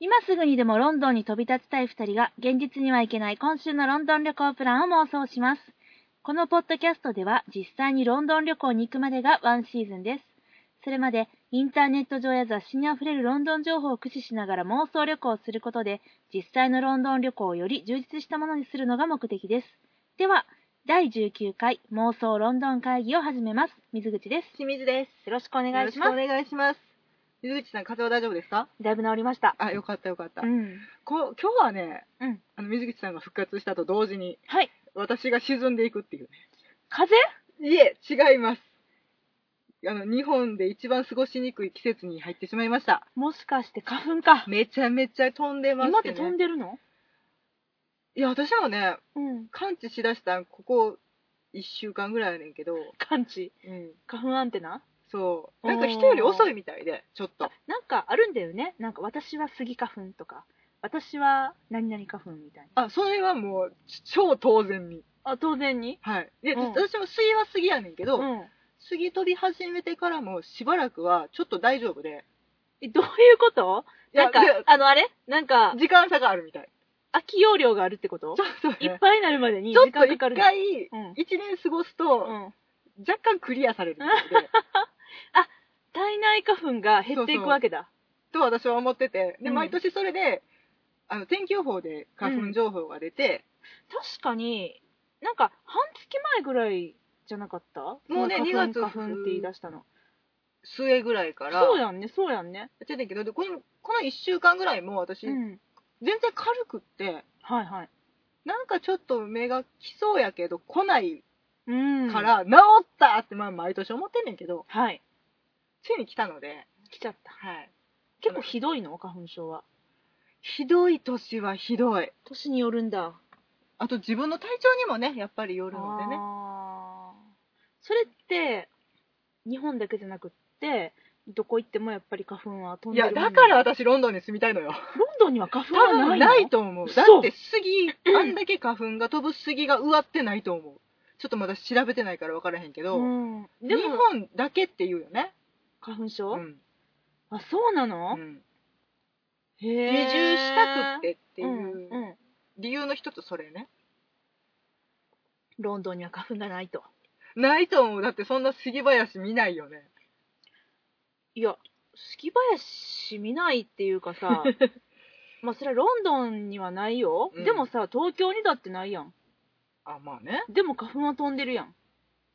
今すぐにでもロンドンに飛び立ちたい2人が現実には行けない今週のロンドン旅行プランを妄想します。このポッドキャストでは実際にロンドン旅行に行くまでがワンシーズンです。それまでインターネット上や雑誌にあふれるロンドン情報を駆使しながら妄想旅行をすることで実際のロンドン旅行をより充実したものにするのが目的です。では、第19回妄想ロンドン会議を始めます。水口です。清水です。よろしくおお願いしますお。願いします。水口さん、風邪は大丈夫ですかだいぶ治りました。あ、よかったよかった。うん。こ今日はね、うんあの水口さんが復活したと同時に、はい。私が沈んでいくっていう風邪ね。いえ、違います。あの、日本で一番過ごしにくい季節に入ってしまいました。もしかして花粉か。めちゃめちゃ飛んでま今っしてて、ね。飛んでるのいや、私もね、うん。完治しだしたんここ1週間ぐらいやねんけど、感知。うん。花粉アンテナそう。なんか人より遅いみたいで、ちょっとあ。なんかあるんだよね。なんか私は杉花粉とか、私は何々花粉みたいな。あ、それはもう、超当然に。あ、当然にはい。で、うん私も杉は杉やねんけうど、ん。杉飛び始めてからもしばらくはちょっと大丈夫で、え、どういうこといやなんかで、あのあれなんか、時間差があるみたい。空き容量があるってことそうそういっね。ぱいになるまでにちょ時っと間一かかるの回、うん。一年過ごすと、うん。若干クリアされるみたいで、体内花粉が減っていくわけだ。と私は思ってて、で、うん毎年それで、あの、天気予報で花粉情報が出て、確かに、なんか半月前ぐらいじゃなかったもうねその2月花粉花粉って言い出したの。末ぐらいから、そうややんね、そうやんね。ってんねんけど、でこの、この1週間ぐらいも私、うん。全然軽くって、はいはい。なんかちょっと目が来そうやけど、来ないうん。か。ら、治ったって、まあ毎年思ってんねんけど、はい。ついに来たので、来ちゃった。はい。結構ひどいの花粉症は。ひどい年はひどい。年によるんだ。あと自分の体調にもね、やっぱりよるのでね。あーそれって、日本だけじゃなくって、どこ行ってもやっぱり花粉は飛んいでるもや、んなだから私ロンドンに住みたいのよ。ロンドンには花粉多はな分いのないと思う。だ嘘って杉、あんだけ花粉が飛ぶ杉が植わってないと思う。ちょっとまだ調べてないから分からへんけど、うん、ででも日も本だけって言うよね。花粉う症、ん。あそうなうの、んへ移え住したくってっていうんううん、理由の一つそれね。ロンドンには花粉がないとないと思う。だってそんな杉林見ないよね。いや杉林見ないっていうか さまあそれはロンドンにはないよ、うんでもさ東京にだってないやんあ、まあね。でも花粉は飛んでるやん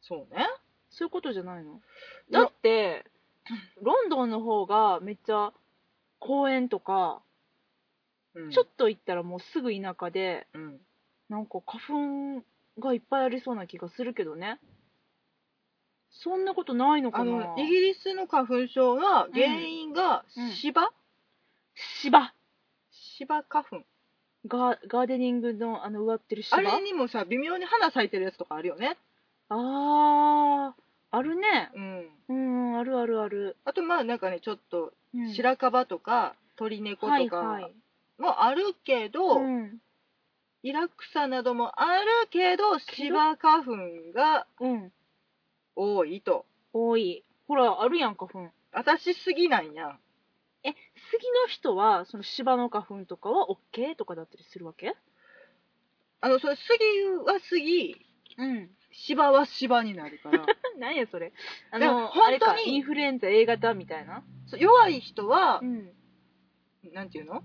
そうね。そういうことじゃないのいやだってロンドンの方がめっちゃ公園とか、うんちょっと行ったらもうすぐ田舎でうん。なんか花粉がいっぱいありそうな気がするけどねそんなことないのかあなの、イギリスの花粉症は原因が芝、芝芝花粉。ガーガーデニングのあの植わってる芝あれにもさ、微妙に花咲いてるやつとかあるよね。あーあるねううん。んあるあるある、あとまあなんかね、ちょっとうん白樺とか鳥猫はといかはいもあるけど、うんイラクサなどもあるけど、芝花粉がうん多いと。多いほらあるやん花粉私すぎなんや。え杉の人はその芝の花粉とかは OK とかだったりするわけあの、それ杉は杉、 うん芝は芝になる から。何やそれあいやの本当にあれかインフルエンザ A 型みたいなそう弱い人は、んなんていうの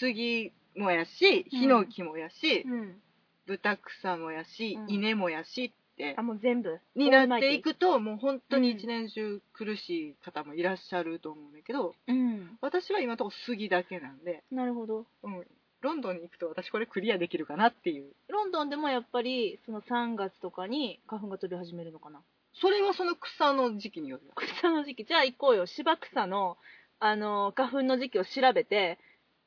杉もやし、ヒノキもやし、うん豚草もやし、うん稲もやしってあ、もう全部。になっていくと、もう本当にうん一年中苦しい方もいらっしゃると思うんだけど、うん。私は今のところ杉だけなんで、なるほど。うん、ロンドンに行くと私これクリアできるかなっていう。ロンドンでもやっぱり、その3月とかに花粉が飛び始めるのかな。それはその草の時期によるよ。草の時期。じゃあ行こうよ。芝草の、あのー、花粉の時期を調べて、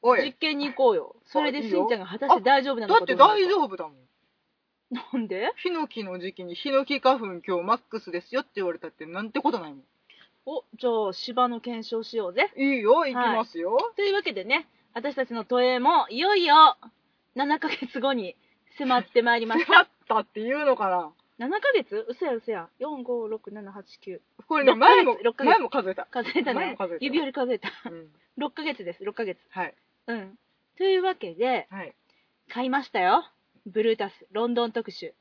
お実い、験に行こうよ。それあでいいしよんちゃんが果たして大丈夫なだのかって大丈丈夫だもん。夫。なんでヒノキの時期にヒノキ花粉今日マックスですよって言われたってなんてことないもん。お、じゃあ芝の検証しようぜ。いいよ、行きますよ。というわけでね、私たちの都営も、いよいよ、7ヶ月後に迫ってまいりまし迫 たっ。たっていうのかな7ヶ月嘘や嘘や。4、5、6、7、8、9。これね、前も六、ヶ月前も数えた。数えた前もね数え。た指折り数えた。 うん。 6ヶ月です、6ヶ月。はい。うん。というわけで、はい。買いましたよ。ブルータス、ロンドン特集。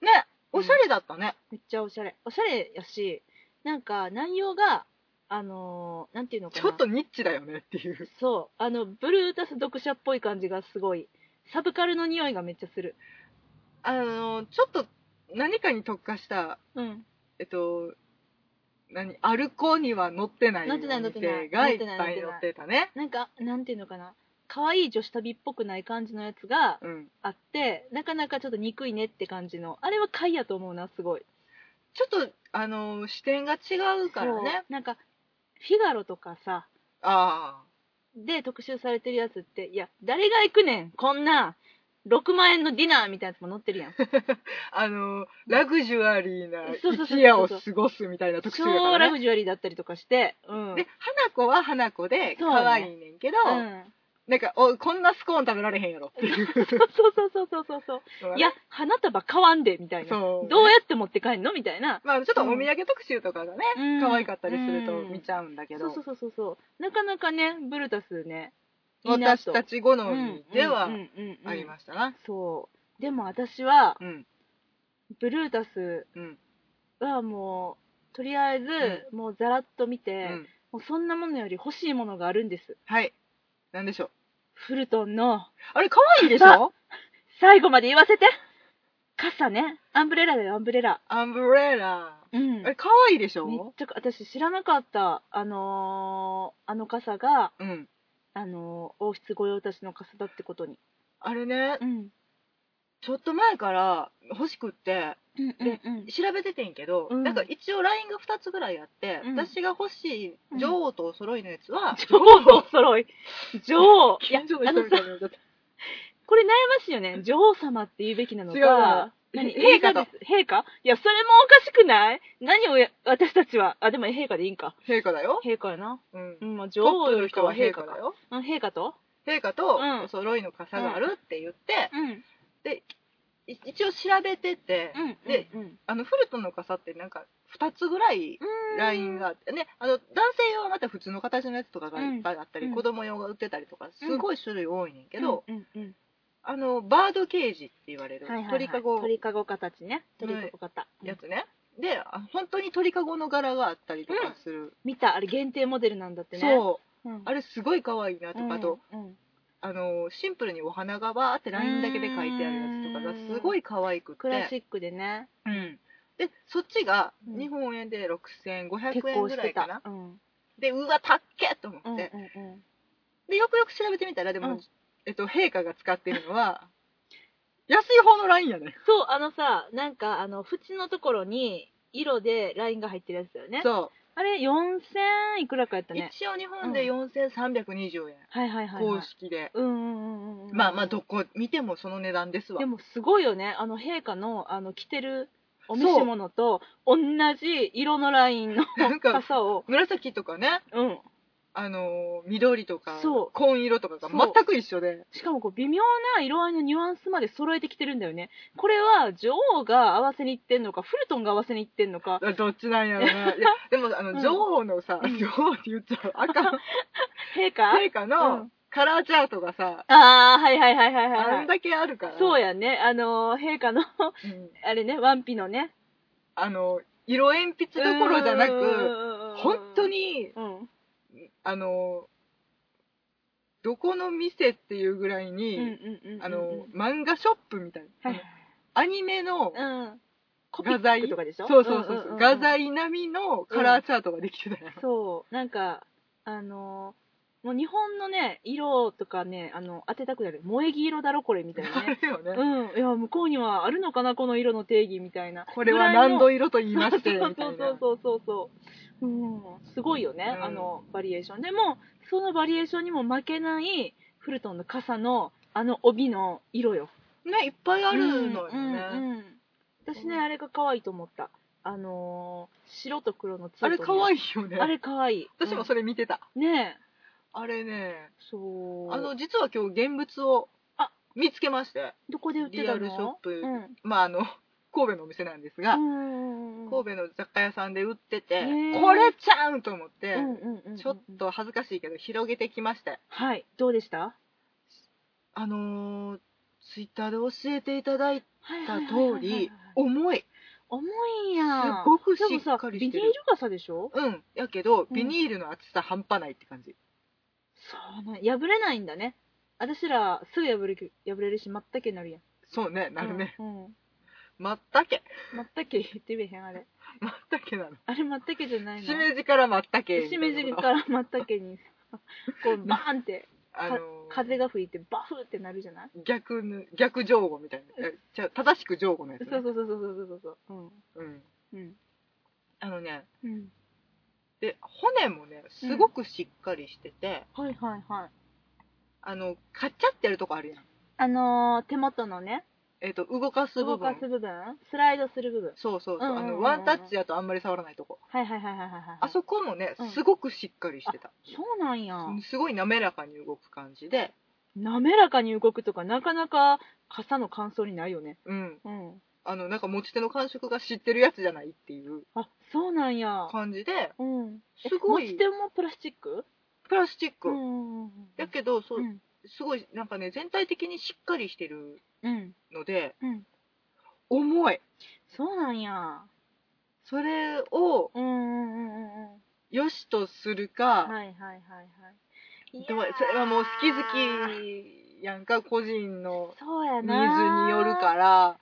ね、おしゃれだったね。めっちゃおしゃれ。おしゃれやし、なんか内容が、あのーなんていうのかちな。ょっとニッチだよねっていう。そう。あの、ブルータス読者っぽい感じがすごい。サブカルの匂いがめっちゃする。あの、ちょっと何かに特化した、うん。えっと、何アルコには載ってないお載ってない載ってない店がい載っってなぱいい載載っっててたね。なんか、なんていうのかな。可愛い女子旅っぽくない感じのやつがうん。あって、なかなかちょっと憎いねって感じの。あれは買いやと思うな、すごい。ちょっと、あの、視点が違うからね。そうなんか、フィガロとかさ、あで特集されてるやつって、いや、誰が行くねん、こんな、6万円のディナーみたいなやつも載ってるやん。あ。あの、ラグジュアリーなそうそうそうそう一夜を過ごすみたいな特集だか超らラグね。ジュアリーだったりとかして、うん。で、花子は花子で、そうね可愛いねんけど、うん、なんか、おこんなスコーン食べられへんやろっていうそうそうそうそうそうそうそ う。のがねいや、花束買わんで、みたいな。そう。どうやって持って帰んのみたいな。まあ、ちょっとお土産特集とかがね、うん可愛かったりするとうん見ちゃうんだけそど、うそうそうそうそう。なかなかね、ブルタスね、いいな私とたち好みではうんうんうんうんありましたな。そう。でも私はう、ん。ブルータスうん。はもう、とりあえず、もうざらっと見うて、ん。もうそんなものより欲しいものがあるんです。はい。なんでしょう。フルトンの、あれ、可愛いでしさょ最後まで言わせて傘ね。アンブレラだよ、アンブレラ。アンブレラ。うん。あめっれ、可愛いでしょちゃ、私知らなかった。あのー、あの傘が、うん。あのー、王室御用達の傘だってことに。あれねう、ん。ちょっと前から欲しくって、うんうんうん。調べててんけど、うんなんか一応 LINE が2つぐらいあって、うん私が欲しい女王とお揃いのやつは、女王とお揃い。女王。いや、近所あのの人みたさい、 になっちゃったこれ悩ましいよね。女王様って言うべきなの違うかわ。何陛陛下下だです。陛下いや、それもおかしくない何をや、私たちは、あ、でも陛下でいいんか。陛下だよ。陛下やな。うんう。ん、まあ、女女王王よのりか人はは陛陛下下だか。よ。うん、陛下と陛下とうんお揃いの傘があるって言って、うん。い一応調べてて、うん。でうん、うん。あのフルトンの傘ってなんか2つぐらいラインがあってねあの男性用はまた普通の形のやつとかがいっぱいあったり、うん子供用が売ってたりとかすごい種類多いねんけど、うん、うん、あのバードケージって言われるはいはいはい。鳥かご鳥かご形ね。鳥かご形。やつね、であ本当に鳥かごの柄があったりとかする、見た、あれ限定モデルなんだってね。そううん。あれすごい可愛いなとか、あとうん、うん。あのシンプルにお花がバーってラインだけで描いてあるやつとかがすごい可愛くてクラシックでね。うん、でそっちがうん日本円で6500結円構ぐしらいてかなた。うん。でうわたっけと思って、うん、うん、うん。でよくよく調べてみたらでも、うんえっと、陛下が使ってるのは 安い方のラインやねそう、あのさ、なんか、あの、縁のところに、色でラインが入ってるやつだよね。そあれ、4000いくらかやったう、ね。一応日本で4320円、はいはいはい、は公い。式で、うんうんうんうん。まあまあどこ見てもその値段ですわでもすごいよね。あの、陛下の、あの、着てるお召し物と、同じ色のラインのなんか傘を、紫とかねうん。あのー緑とかそう紺色とかが全く一緒でしかもこう、微妙な色合いのニュアンスまで揃えてきてるんだよね。これは、女王が合わせに行ってんのか、フルトンが合わせに行ってんのか、どっちなんやろないやでもあの、うん女王のさうん女王って言っちゃうあかん陛下陛下うのんカラーチャートがさ、ああ、はいはいはいはいはい、あはんい。だけあるから、そうやね。あのー、陛下の、 うんあれね、ワンピのね。あの、色鉛筆どころじゃなく、く本当。に、うん。あの、どこの店っていうぐらいうんうんに、うんうん。あの、漫画ショップみたいな、はいアニメはい。のうん。コピ画ッ材クとかでしょそうそうそう,、んんんん画材並みのカラーチャートができてたよ、そう、なんか、あのーもう日本のね、色とかね、あの、当てたくなる。萌え木色だろ、これ、みたいなあね。れよね、うん。いや、向こうにはあるのかな、この色の定義みたいな。 これは何度言色と言いましてみたそいうなそうそうそうそうそう。うん。すごいよね、うんあの、バリエーション。でも、そのバリエーションにも負けない、フルトンの傘の、あの帯の色よ。ねいっぱいあるのよね、うんうんうん私ね、あれが可愛いと思った。あのー白と黒のツーあれ可愛い。いよねあれ可愛い。私もそれ見てた、うんねえ。あれねそう。あの実は今日現物をあ見つけましてどこで売ってたのリアルショップうん。まああの 神戸のお店なんですが、うん神戸の雑貨屋さんで売ってて、ねえこれちゃうんと思って、うんうんうんうんちょっと恥ずかしいけど広げてきましたはいどうでしたあのー、ツイッターで教えていただいたはいはいはいは通いはいり重い重いんやすごくしっかりしてでるもさビニール傘でしょうんやけどうんビニールの厚さ半端ないって感じ、そうなん破れないんだね私らすぐ破れる破れるしまったけなるやんそうねなるね、うん、うんまったけまったけ言ってみへんあれまったけなのあれまったけじゃないのしめじからまったけしめじみたかいならまったけにさ こうバーンってあのー風が吹いてバフってなるじゃない逆ぬ逆上語みたいなえ違う正しく上語のやつ、ね、そうそうそうそうそうそうそううんうんうんあのねうんで骨もねすごくしっかりしてて、はいはいはいあのカッチャってやるとこあるやんあのー、手元のねえっ、と動かす部動分かす部分スライドする部分そうそうそう,、うんうんうんうんあのワンタッチやとあんまり触らないとこはいはいはいはいはいはいあそこもねうんすごくしっかりしてた、そうなんやすごい滑らかに動く感じで滑らかに動くとかなかなか傘の乾燥にないよねうんうんあのなんか持ち手の感触が知ってるやつじゃないっていうあそうなんや感じでうんえすごい持ち手もプラスチックプラスチック、うんうんだけどそう、うんすごいなんかね全体的にしっかりしてるうんのでうん重いそうなんやそれをうんうんうんうんうん良しとするか、はいはいはいはいでもそれはもう好き好きやんか個人のきそうやニなーズによるから、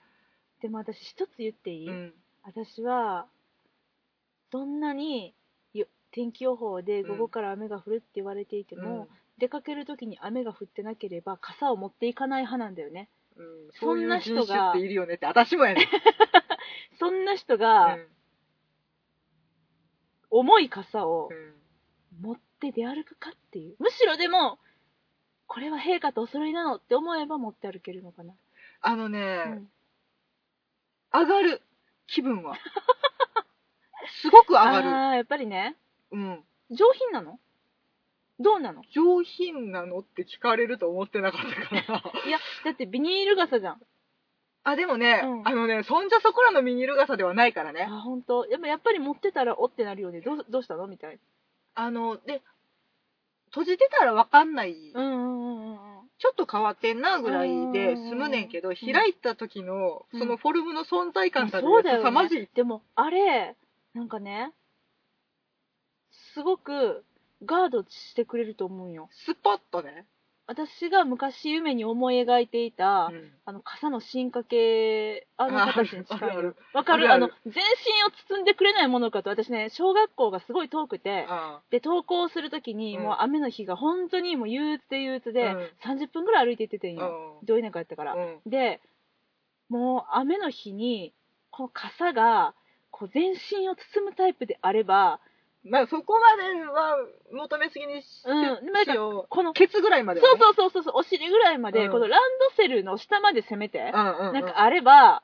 でも私一つ言っていい、うん、私はどんなによ天気予報でうん午後から雨が降るって言われていても、出かける時に雨が降ってなければ傘を持っていかない派なんだよねうんうん、そそんんなな人が人がっているよねって私もやねん、そんな人うがん重い傘をうん持って出歩くかっていうむしろでもこれは陛下とお揃いなのって思えば持って歩けるのかな、あのね、うん上がる気分は すごく上がる、あーやっぱりねうん、上品なのどうなの上品なのって聞かれると思ってなかった からいやだってビニール傘じゃんあでもね、うんあのねそんじゃそこらのビニール傘ではないからねあ本当でもやっぱり持ってたらおってなるよねどうどうしたのみたいあので閉じてたらわかんない、なうんうんうんうんうんちょっと変わってんなぐらいで済むねんけど、開いた時のうんそのフォルムの存在感たるそうだよね凄まじい。でもあれなんかねすごくガードしてくれると思うよスポッとね。私が昔夢に思い描いていた、うんあの傘の進化系あの形に近ああいるあよるわかるああるのある全身を包んでくれないものかと私ね小学校がすごい遠くてあで登校するときに、うんもう雨の日が本当にもう憂鬱で憂鬱で、うん30分ぐらい歩いて行っててんーよ、どういう中やったからう、んでもう雨の日にこの傘がこう全身を包むタイプであればまあそこまでは求めすぎにしうんなんかてしよこのう。ケツぐらいまではそうね。そうそうそうそうお尻ぐらいまで、うんこのランドセルの下まで攻めて、うんうんうん。なんかあれば、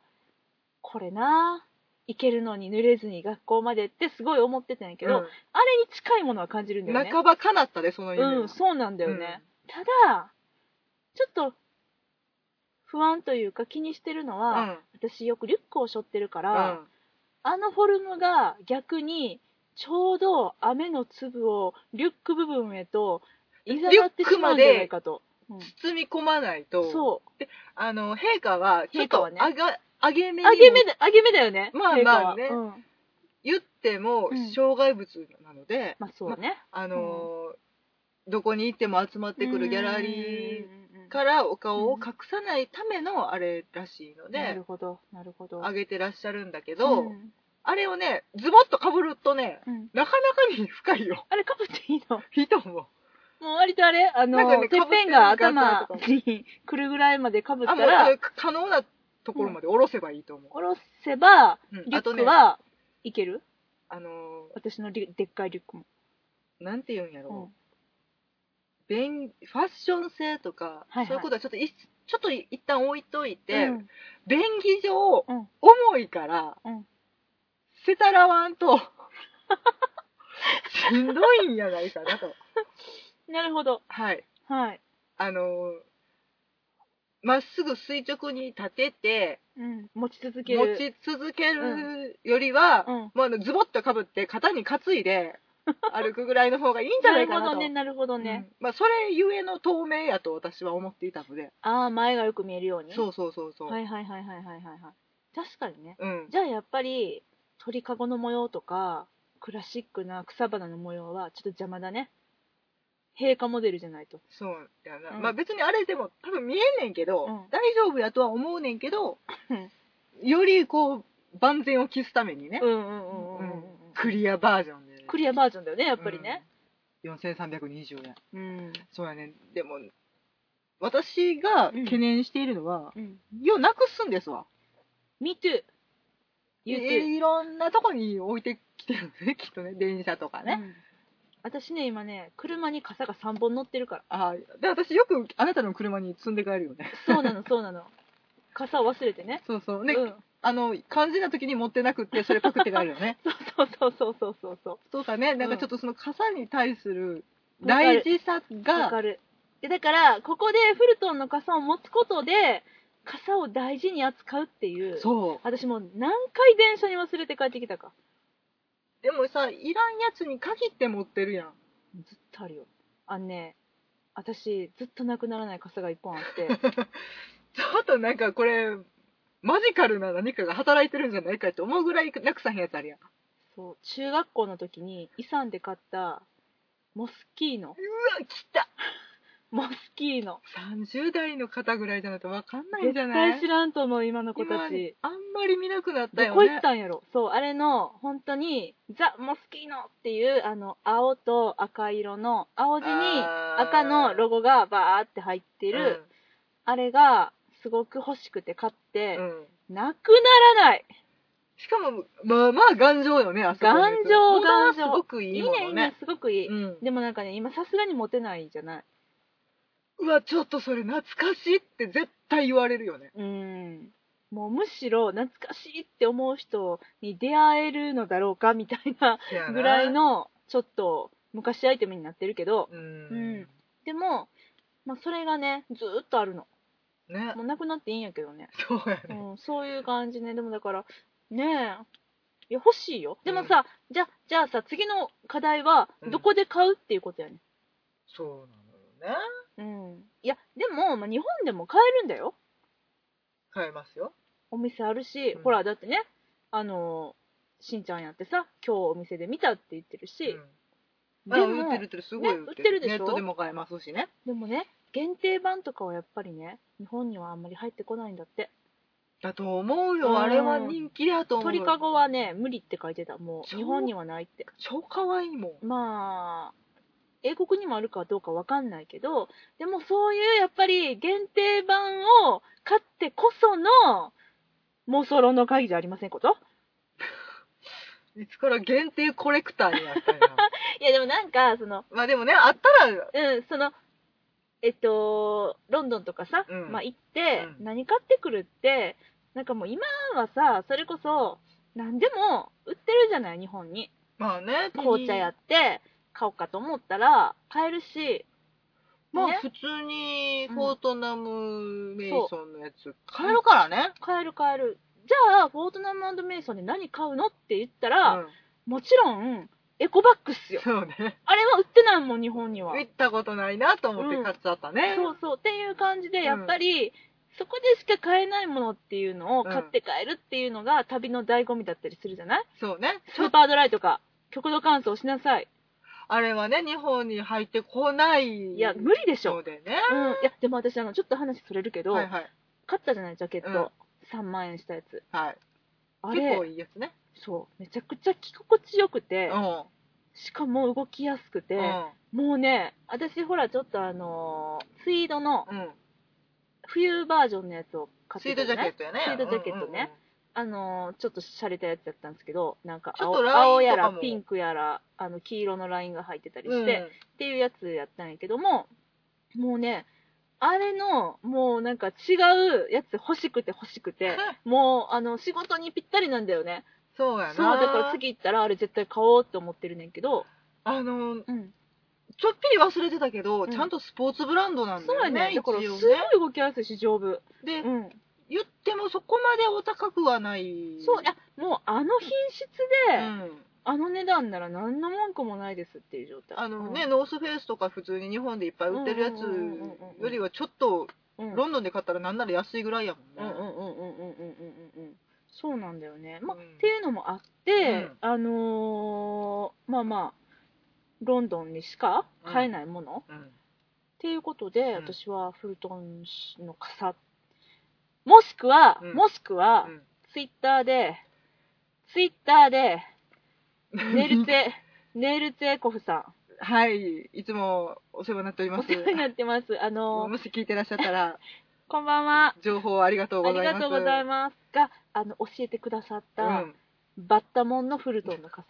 これな、行けるのに濡れずに学校までってすごい思ってたんやけど、うんあれに近いものは感じるんだよね。半ばかなったで、その夢は。うん、そうなんだよね。ただ、ちょっと不安というか気にしてるのうん。うは、ん。私よくリュックを背負ってるかうら、んあのフォルムが逆にちょうど雨の粒をリュック部分へといざなってしまうんじゃないかと。包み込まないと、そう。あの、陛下は、ちょっ陛下とはね上が、上げ目あげ目にだ、あげ目だよね。まあ陛下はまあねうん言ってもうん障害物なので、まあそうね。あのー、どこに行っても集まってくるギャラリーーからお顔を隠さないためのあれらしいのなでる、ほどなるほど上げてらっしゃるんだけど、うんあれをねズボッとかぶるとねうんなかなかに深いよ あれかぶっていいのもいいと思うう割とあれあの、なんかねてっぺんが被ってる頭ガタとかに来るぐらいまでかぶったあもうあられ可能なところまで下ろせばいいと思う、下ろせばうんリュあとックねはいける、あの私のリュでっかいリュックも、ーなんて言うんやうんろう、便ファッション性とか、はいはいそういうことはちょっといちょっと一旦置いといて、うん便宜上、うん重いから、うんせたらわ んとしんどいんやないかなとなるほどはいはいあのーまっすぐ垂直に立てて、うん、持ち続け持るち続けるよりは、うんもうあのズボッとかぶって肩に担い で歩くぐらいの方がいいんじゃなないるほかなどと。ねなるほどね、うんまあ、それゆえの透明やと私は思っていたので、ああ前がよく見えるようにそうそうそうそう、はいはいはいはいはいはいはい確かにねうん、じゃあやっぱり鳥かごの模様とかクラシックな草花の模様はちょっと邪魔だね陛下モデルじゃないとそうやな、うんまあ別にあれでも多分見えんねんけど、うん大丈夫やとは思うねんけどうんよりこう万全を期すためにね、うんうんうんうんうん、うんクリアバージョンでクリアバージョンだよねやっぱりね、うん、4320円うんそうやねでも私が懸念しているのは、うん、ようなくすんですわ Me too い You too いろんなとこに置いてきてるんですねき っとね電車とかね、うん私ね今ね車に傘が3本乗ってるからああで私よくあなたの車に積んで帰るよねそうなのそうなの傘を忘れてねそうそうね、うん、あの肝心な時に持ってなくってそれパクって帰るよねそうそうそうそうそうそうそうかねなんかちょっとその傘に対するわかる大事さわがかる。いやだから、ここでフルトンの傘を持つことで、傘を大事に扱うっていう。そう私もう何回電車に忘れて帰ってきたか。でもさいらんやつに限って持ってるやんずっとあるよ。あのね、私、ずっとなくならない傘が一本あって。 ちょっとなんかこれ、マジカルな何かが働いてるんじゃないかと思うぐらいなくさへんやつあるやん。そう、中学校の時に、イサンで買った、モスキーノ。うわ、来たモスキーノ。 !30 代の方ぐらいじゃないとわかんないん絶じゃない対知らんと思う、今の子たち。今あんまり見なくなったどよこね。行ったんやろそう、あれの、本当に、ザ・モスキーノっていう、あの、青と赤色の、青地にあー赤のロゴがバーって入っている、あれが、すごく欲しくて買ってう、ん。うんなくならないしかも、まあまあ頑丈よね、あそこのやつ頑丈本当は頑丈すごくいいいいものね。ね、いいね、すごくいい。うん、でもなんかね、今さすがに持てないじゃない。うわちょっとそれ懐かしいって絶対言われるよねうん。もうむしろ、懐かしいって思う人に出会えるのだろうか、みたいなせやなぐらいの、ちょっと、昔アイテムになってるけど、うん、うんでも、まあ、それがね、ずーっとあるの。ねもうなくなっていいんやけどね。そうやうね、ん、そういう感じね。でもだから、ねえ。いや、欲しいよ。でもさ、じゃ、じゃあさ、次の課題はう、んどこで買うっていうことやね。そうなのよねうん。いや、でも、まあ、日本でも買えるんだよ。買えますよお店あるし、うんほら、だってね、あのー、しんちゃんやってさ、今日お店で見たって言ってるし、うんであも売ってる売ってるすごい売ってる,、ね売ってるでしょネットでも買えますしねでもね、限定版とかはやっぱりね、日本にはあんまり入ってこないんだって。だと思うよ、うんあれは人気だと思う鳥かごはね、無理って書いてた。もう、そう日本にはないって。超可愛いもんまあ、英国にもあるかどうかわかんないけど、でもそういうやっぱり限定版を買ってこその、妄想論の会議じゃありませんこといつから限定コレクターになったん やいやでもなんか、その、まあでもねあったらうん、その、えっと、ロンドンとかさ、うんまあ行って、うん何買ってくるって、なんかもう今はさ、それこそ、何でも売ってるじゃない、日本に。まあね紅茶やって、買おうかと思ったら、買えるし、まあね普通にうんフォートナムメイソンのやつ買えるからね、買える買える。じゃあ、フォートナムメイソンで何買うのって言ったら、うんもちろん、エコバッグっすよ。そうねあれは売ってないもん、日本には。行ったことないなと思っうんて買っちゃったね、そうそう。っていう感じで、やっぱり、そこでしか買えないものっていうのを買って帰るっていうのが旅の醍醐味だったりするじゃないそうねスーパードライとか、極度乾燥しなさい。あれはね日本に入ってこないいや、無理でしょの。でね、うん。いや、でも私、あの、ちょっと話それるけど、はいはい買ったじゃない、ジャケット。3万円したやつ。はいあ結構れ、いいやつねそう、めちゃくちゃ着心地よくうて、んしかも動きやすくて、うんもうね、私ほらちょっとあのーツイードのうん冬バージョンのやつを買っスイてートジャケねッ。トやね。スイートジャケットねあのーちょっと洒落たやつだったんですけど、なんかちょ青っとラインとかも青やらピンクやら、あの黄色のラインが入ってたりうんうしん。て、っていうやつやったんやけども、もうね、あれの、もうなんか違うやつ欲しくて欲しくうん て、もうあの仕事にぴったりなんだよね。そうやそな。う、だから次行ったらあれ絶対買おうって思ってるねんけど、あの、うん。ちょっぴり忘れてたけど、んちゃんとスポーツブランドなんだそうよやねね。だから、す一応ごいね動きやすいし、丈夫。で、うん。言ってもそこまでお高くはないそう、いや、もうあの品質うで、ん、あの値段なら何の文句もないですっていう状態。あのね、うんノースフェイスとか普通に日本でいっぱい売ってるやつうんうんうんうんうんよりはちょっとうん、ロンドンで買ったらなんなら安いぐらいやもんうんうんね、うんうんうんうんうんうんそうなんだよね、まあうんっていうのもあって、うんあのーまあまあロンドンにしか買えないもの、っうんていうことで、うん私はフルトン氏の傘もしくは、うんもしくは、うんツイッターでツイッターでネルツェネルツェコフさはいいつもお世話になっておりんおます世話になってますあのーもし聞いてらっしゃったらこんばんは情報をありがとうあごりざいますがとうございまますがあの教えてくださった、うん、バッタモンのフルトンの傘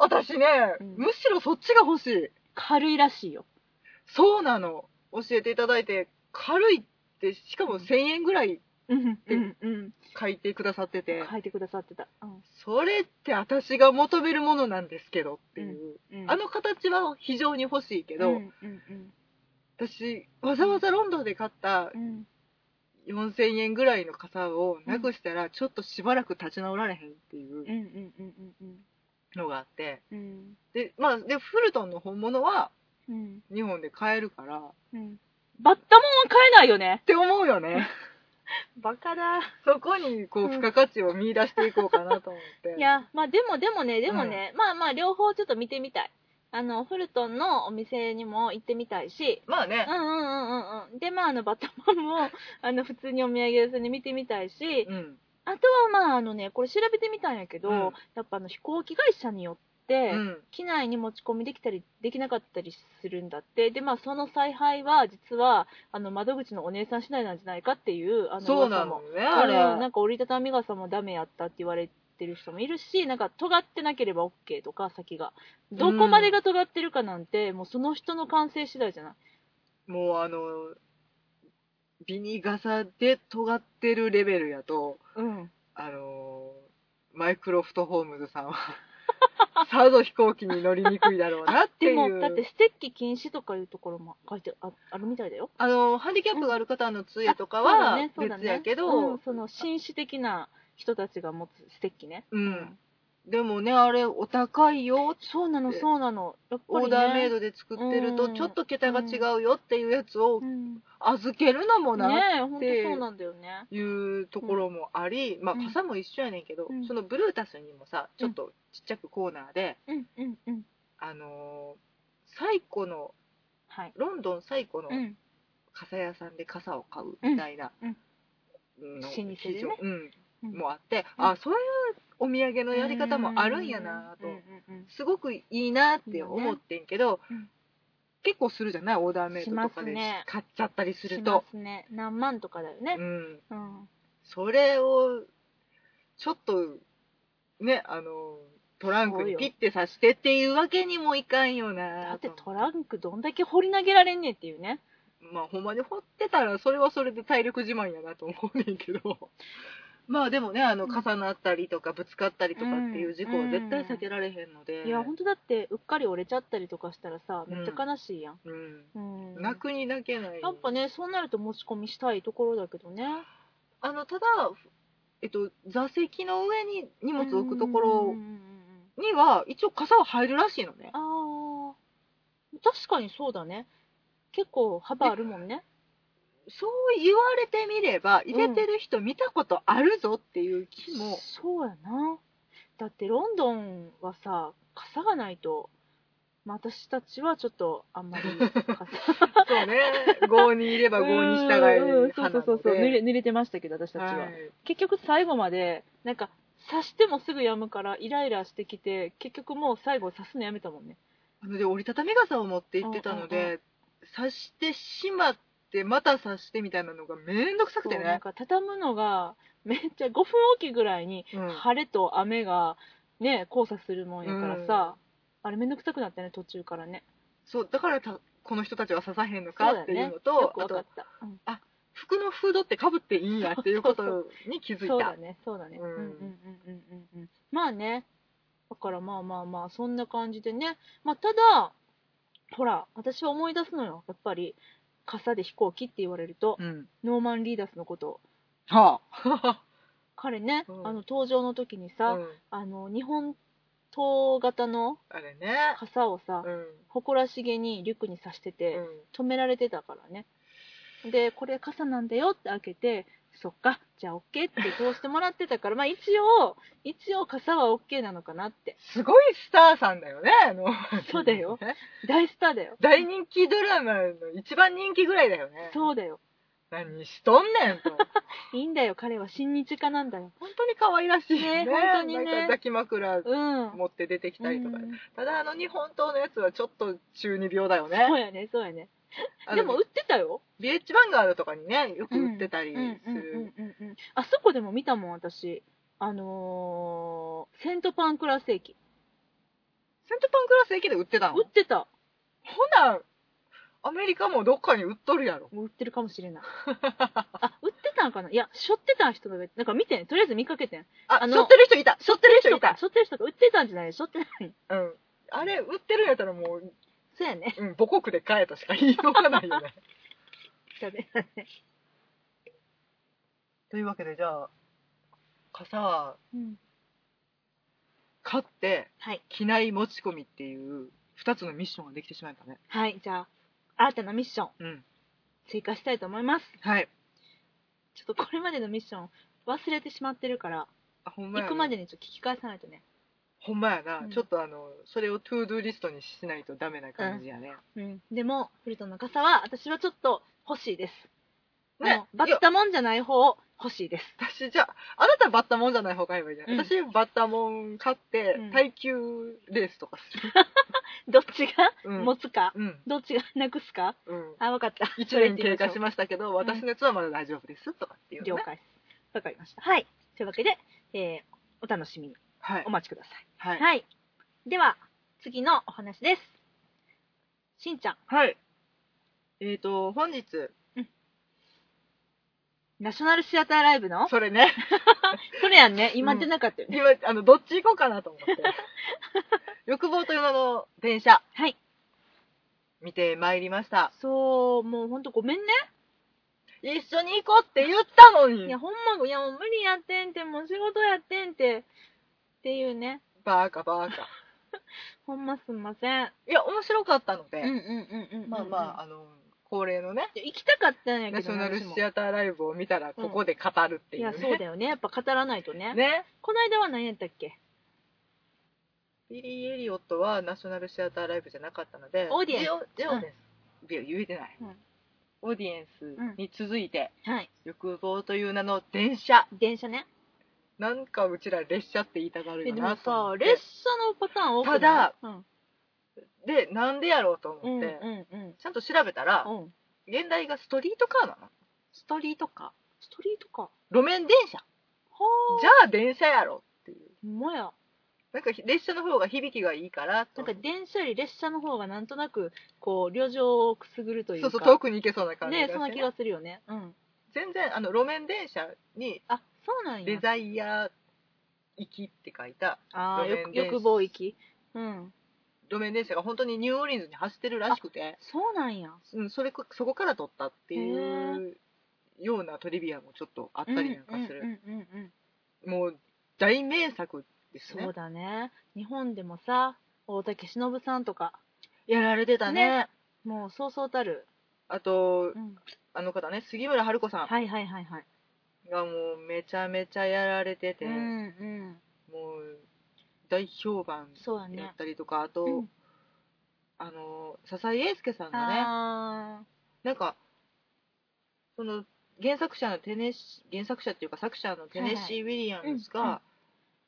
私ね、うんむしろそっちが欲しい軽いらしいよそうなの教えていただいて軽いってしかも1000円ぐらいうんうんうん書いてくださってて、書いてくださってた、うんそれって私が求めるものなんですけどっていう、うん、あの形は非常に欲しいけど、うんうんうん私わざわざロンドンで買ったうん4000円ぐらいの傘をなくしたらちょっとしばらく立ち直られへんっていうんううんうんうんのがあってうんうんで,、まあ、でフルトンの本物はうん日本で買えるからっうんバッタモンは買えないよねて思うよ ねバカだそこにこう付加価値を見出していこうかなと思って いやまあでもでもねでもね、まあまあ両方ちょっと見てみたいあのフルトンのお店にも行ってみたいしまあうねん、うんうんうんうんでまああのバッタモンもあの普通にお土産屋さんで見てみたいし、うんあとはまああのねこれ調べてみたんやけど、うんやっぱあの飛行機会社によって、うん機内に持ち込みできたりできなかったりするんだってでまあその采配は実はあの窓口のお姉さん次第なんじゃないかっていうあのそうな噂のもねあれ、うんなんか折りたたみ傘もダメやったって言われてる人もいるしなんか尖ってなければ OK とか先がどこまでが尖ってるかなんて、もうその人の感性次第じゃないもうあのビニガサで尖ってるレベルやとうんあのマイクロフトホームズさんはさぞ飛行機に乗りにくいだろうなってでいもだってうステッキ禁止とかいうところも書いてああるみたいだよあのハンディキャップがある方の杖とかあはそうだね別やけそうだねうどん、その紳士的な人たちが持つステッキねうんでもねあれお高いよそうなのでそうなのやっぱり、ね、オーダーメイドで作ってるうとんちょっと桁が違うよっていうやつをうんね預けるのもなえほんとそうなんだよねいうところもあり、まあうん傘も一緒やねんけど、うんそのブルータスにもさちょっとちっちゃくコーナーで、うんうんうんあのー最古のはいロンドン最古のうん傘屋さんで傘を買うみたいな、うん老の舗でね記事をうんうんもあって、うんあそういうお土産のやり方もあるんやなと、うんうんすごくいいなって思ってんけど、うんうん結構するじゃないオーダーメイドとしまかすでね買っちゃったりすうんしるまと、すね何万とかだよねうん、うんそれをちょっとねあのトランクにピッて刺してっていうわけにもいかんよだなってとトランクどんだけ掘り投げられんねんっていうねまあほんまに掘ってたらそれはそれで体力自慢やなと思うねんけどまあでもねあのうん重なったりとかぶつかったりとかっていう事故うはん絶対避けられへんので、いやほんとだってうっかり折れちゃったりとかしたらさめっちゃ悲しいやんうんうん泣くに泣けないやっぱねそうなると持ち込みしたいところだけどねあのただ、えっと、座席の上に荷物を置くとうんうころんうんうんには一応傘は入るらしいのねあー確かにそうだね結構幅あるもんねそう言われてみれば入れてる人見たことあるぞっていう気も、そうやなだってロンドンはさ傘がないと、まあ、私たちはちょっとあんまり傘 そうね郷にいれば郷に従えうんうんるそう派なのそでうそうそう濡れ濡れてましたけど私たちは、はい結局最後までなんか刺してもすぐやむからイライラしてきて結局もう最後刺すのやめたもんねなので折りたたみ傘を持って行ってたので、うんうん刺してしまってまた刺してみたいなのがめんどくさくてそうなんねか畳むのがめっちゃ5分おきぐらいにうん晴れと雨がね交差するもんやからさ、あれめんどくさくなったね途中からねそうだからたこの人たちは刺さへんのかっていうのとよくあわかとった、うん服のフードってかぶっていいんやっていうことに気づいそうただねそうだね、う、うんんうんうんうんうんうんまあねだからまあまあまあそんな感じでねまあただほら、私は思い出すのよ。やっぱり、傘で飛行機って言われると、うん。ノーマン・リーダースのこと。は彼ね、うんあの、登場の時にさ、あ。うん。あの、日本刀型のあれね。傘をさ、うん。誇らしげにリュックに刺してて、うん止められてたからね。で、これ傘なんだよって開けて、そっか、じゃあ OK って通してもらってたから、まあ一応、一応傘は OK なのかなって。すごいスターさんだよね、あの。そうだよね大スターだよ。 大人気ドラマの一番人気ぐらいだよね。そうだよ。何しとんね んと。いいんだよ、彼は親日家なんだよ。本当に可愛らしいねね。本当にねなんか抱き枕うん。持って出てきたりとか。うんただあの日本刀のやつはちょっと中二病だよそうね。やね、そうやね。あのでも売ってたよ。ビレッジヴァンガードとかにね、よく売ってたりうんうんする。うんうんうん。あそこでも見たもん、私。あのー、セントパンクラス駅。セントパンクラス駅で売ってたの売ってた。ほな、アメリカもどっかに売っとるやろ。もう売ってるかもしれ ない。あ、売ってたんかないや、しょってた人が、なんか見てん。とりあえず見かけてん。 ああ、のしょってる人いた。しょってる人いたし。ょってる人が売ってたんじゃないしょってない。うん。あれ、売ってるんやったらもう、そうやね。うん、母国で買えとしか言いようがないよ ね。だねだねというわけで、じゃあ、傘は買って、はい。機内持ち込みっていう、二つのミッションができてしまいましたね。はい、じゃあ、新たなミッション、うん。追加したいと思います。はい。ちょっとこれまでのミッション、忘れてしまってるから、あ、ほんまや行な。くまでにちょっと聞き返さないとね。ほんまやな。うんちょっとあの、それをトゥードゥーリストにしないとダメな感じやね。うん。でも、フルトンの傘は、私はちょっと欲しいです。ねあのバッタモンじゃない方を欲しいです。私、じゃあ、あなたバッタモンじゃない方がいいわじゃない、うん私、バッタモン買って、うん耐久レースとかする。どっちうがん持つか、うん。どっちがなくすかうん。あ、わかった。 1年経過しまましたけど、私のやつはまだ大丈夫です。とかっていう、ね。了解です。わかりました。はい。というわけで、えーお楽しみにはいお。待ちくださ。はいい。はい。では、次のお話です。しんちゃん、はい。えっ、ー、と、本日、ナショナルシアターライブのそれね、 それやんね、今じゃなかったよね。今、あの、どっち行こうかなと思って。 欲望という名の電車、はい。見てまいりました。そう、もうほんとごめんね。一緒に行こうって言ったのいや、に。ほんま、いや、もう無理やってんて、もう仕事やってんて、っていうね。バーカバーカ。ほんますんません。いや、面白かったので、うんうんうんうん。まあまあ、あ。あの、恒例のね、行きたかったんやけどナショナル私もシアターライブを見たら、ここで語るっていいうや、ね。そうだよね。やっぱ語らないとね。ね。この間は何やったっけビリー・エリオットはナショナルシアターライブじゃなかったので、オーディエンスジオジオです。いや言えてない、うんオーディエンスに続いて、はい。欲望という名の電車。電車ね。なんかうちら列車って言いたがるえよでもなとさ思っ、て。列車のパターン多くないただ、うん、で、なんでやろうとうん、う思っんて、うん、ちゃんと調べたら、うん。現代がストリートカーなの。ストリートカストリートか。はー。路面電車。あ。じゃあ電車やろっていう。ほんまや。なんか列車の方が響きがいいからとなんか電車より列車の方がなんとなく、こう、旅情をくすぐるというそか。うそう、遠くに行けそうな感じがねしてそんな気がするよね。うん。全然、あの、路面電車にあ、そうなんデや。ザイア行きって書いたああ、路面欲電車欲望域。うん。路面電車が本当にニューオーリンズに走ってるらしくて、そうなんや。うん、それこそこから撮ったっていうようなトリビアもちょっとあったりなんかする、うんうんうんうんうん。もう大名作ですそねうだね。日本でもさ、大竹しのぶさんとか、やられてたねもうそうそうたる。あとうん。あの方ね杉村春子さはいはいはいはい。んがもうめちゃめちゃやられてて、うんうん。もう大評判そうやね。やったりとかあと、うんあの笹井英介さんがねあなんか、その、原作者のテネシ、原作者っていうか作者のテネシー・ウィリアムズが、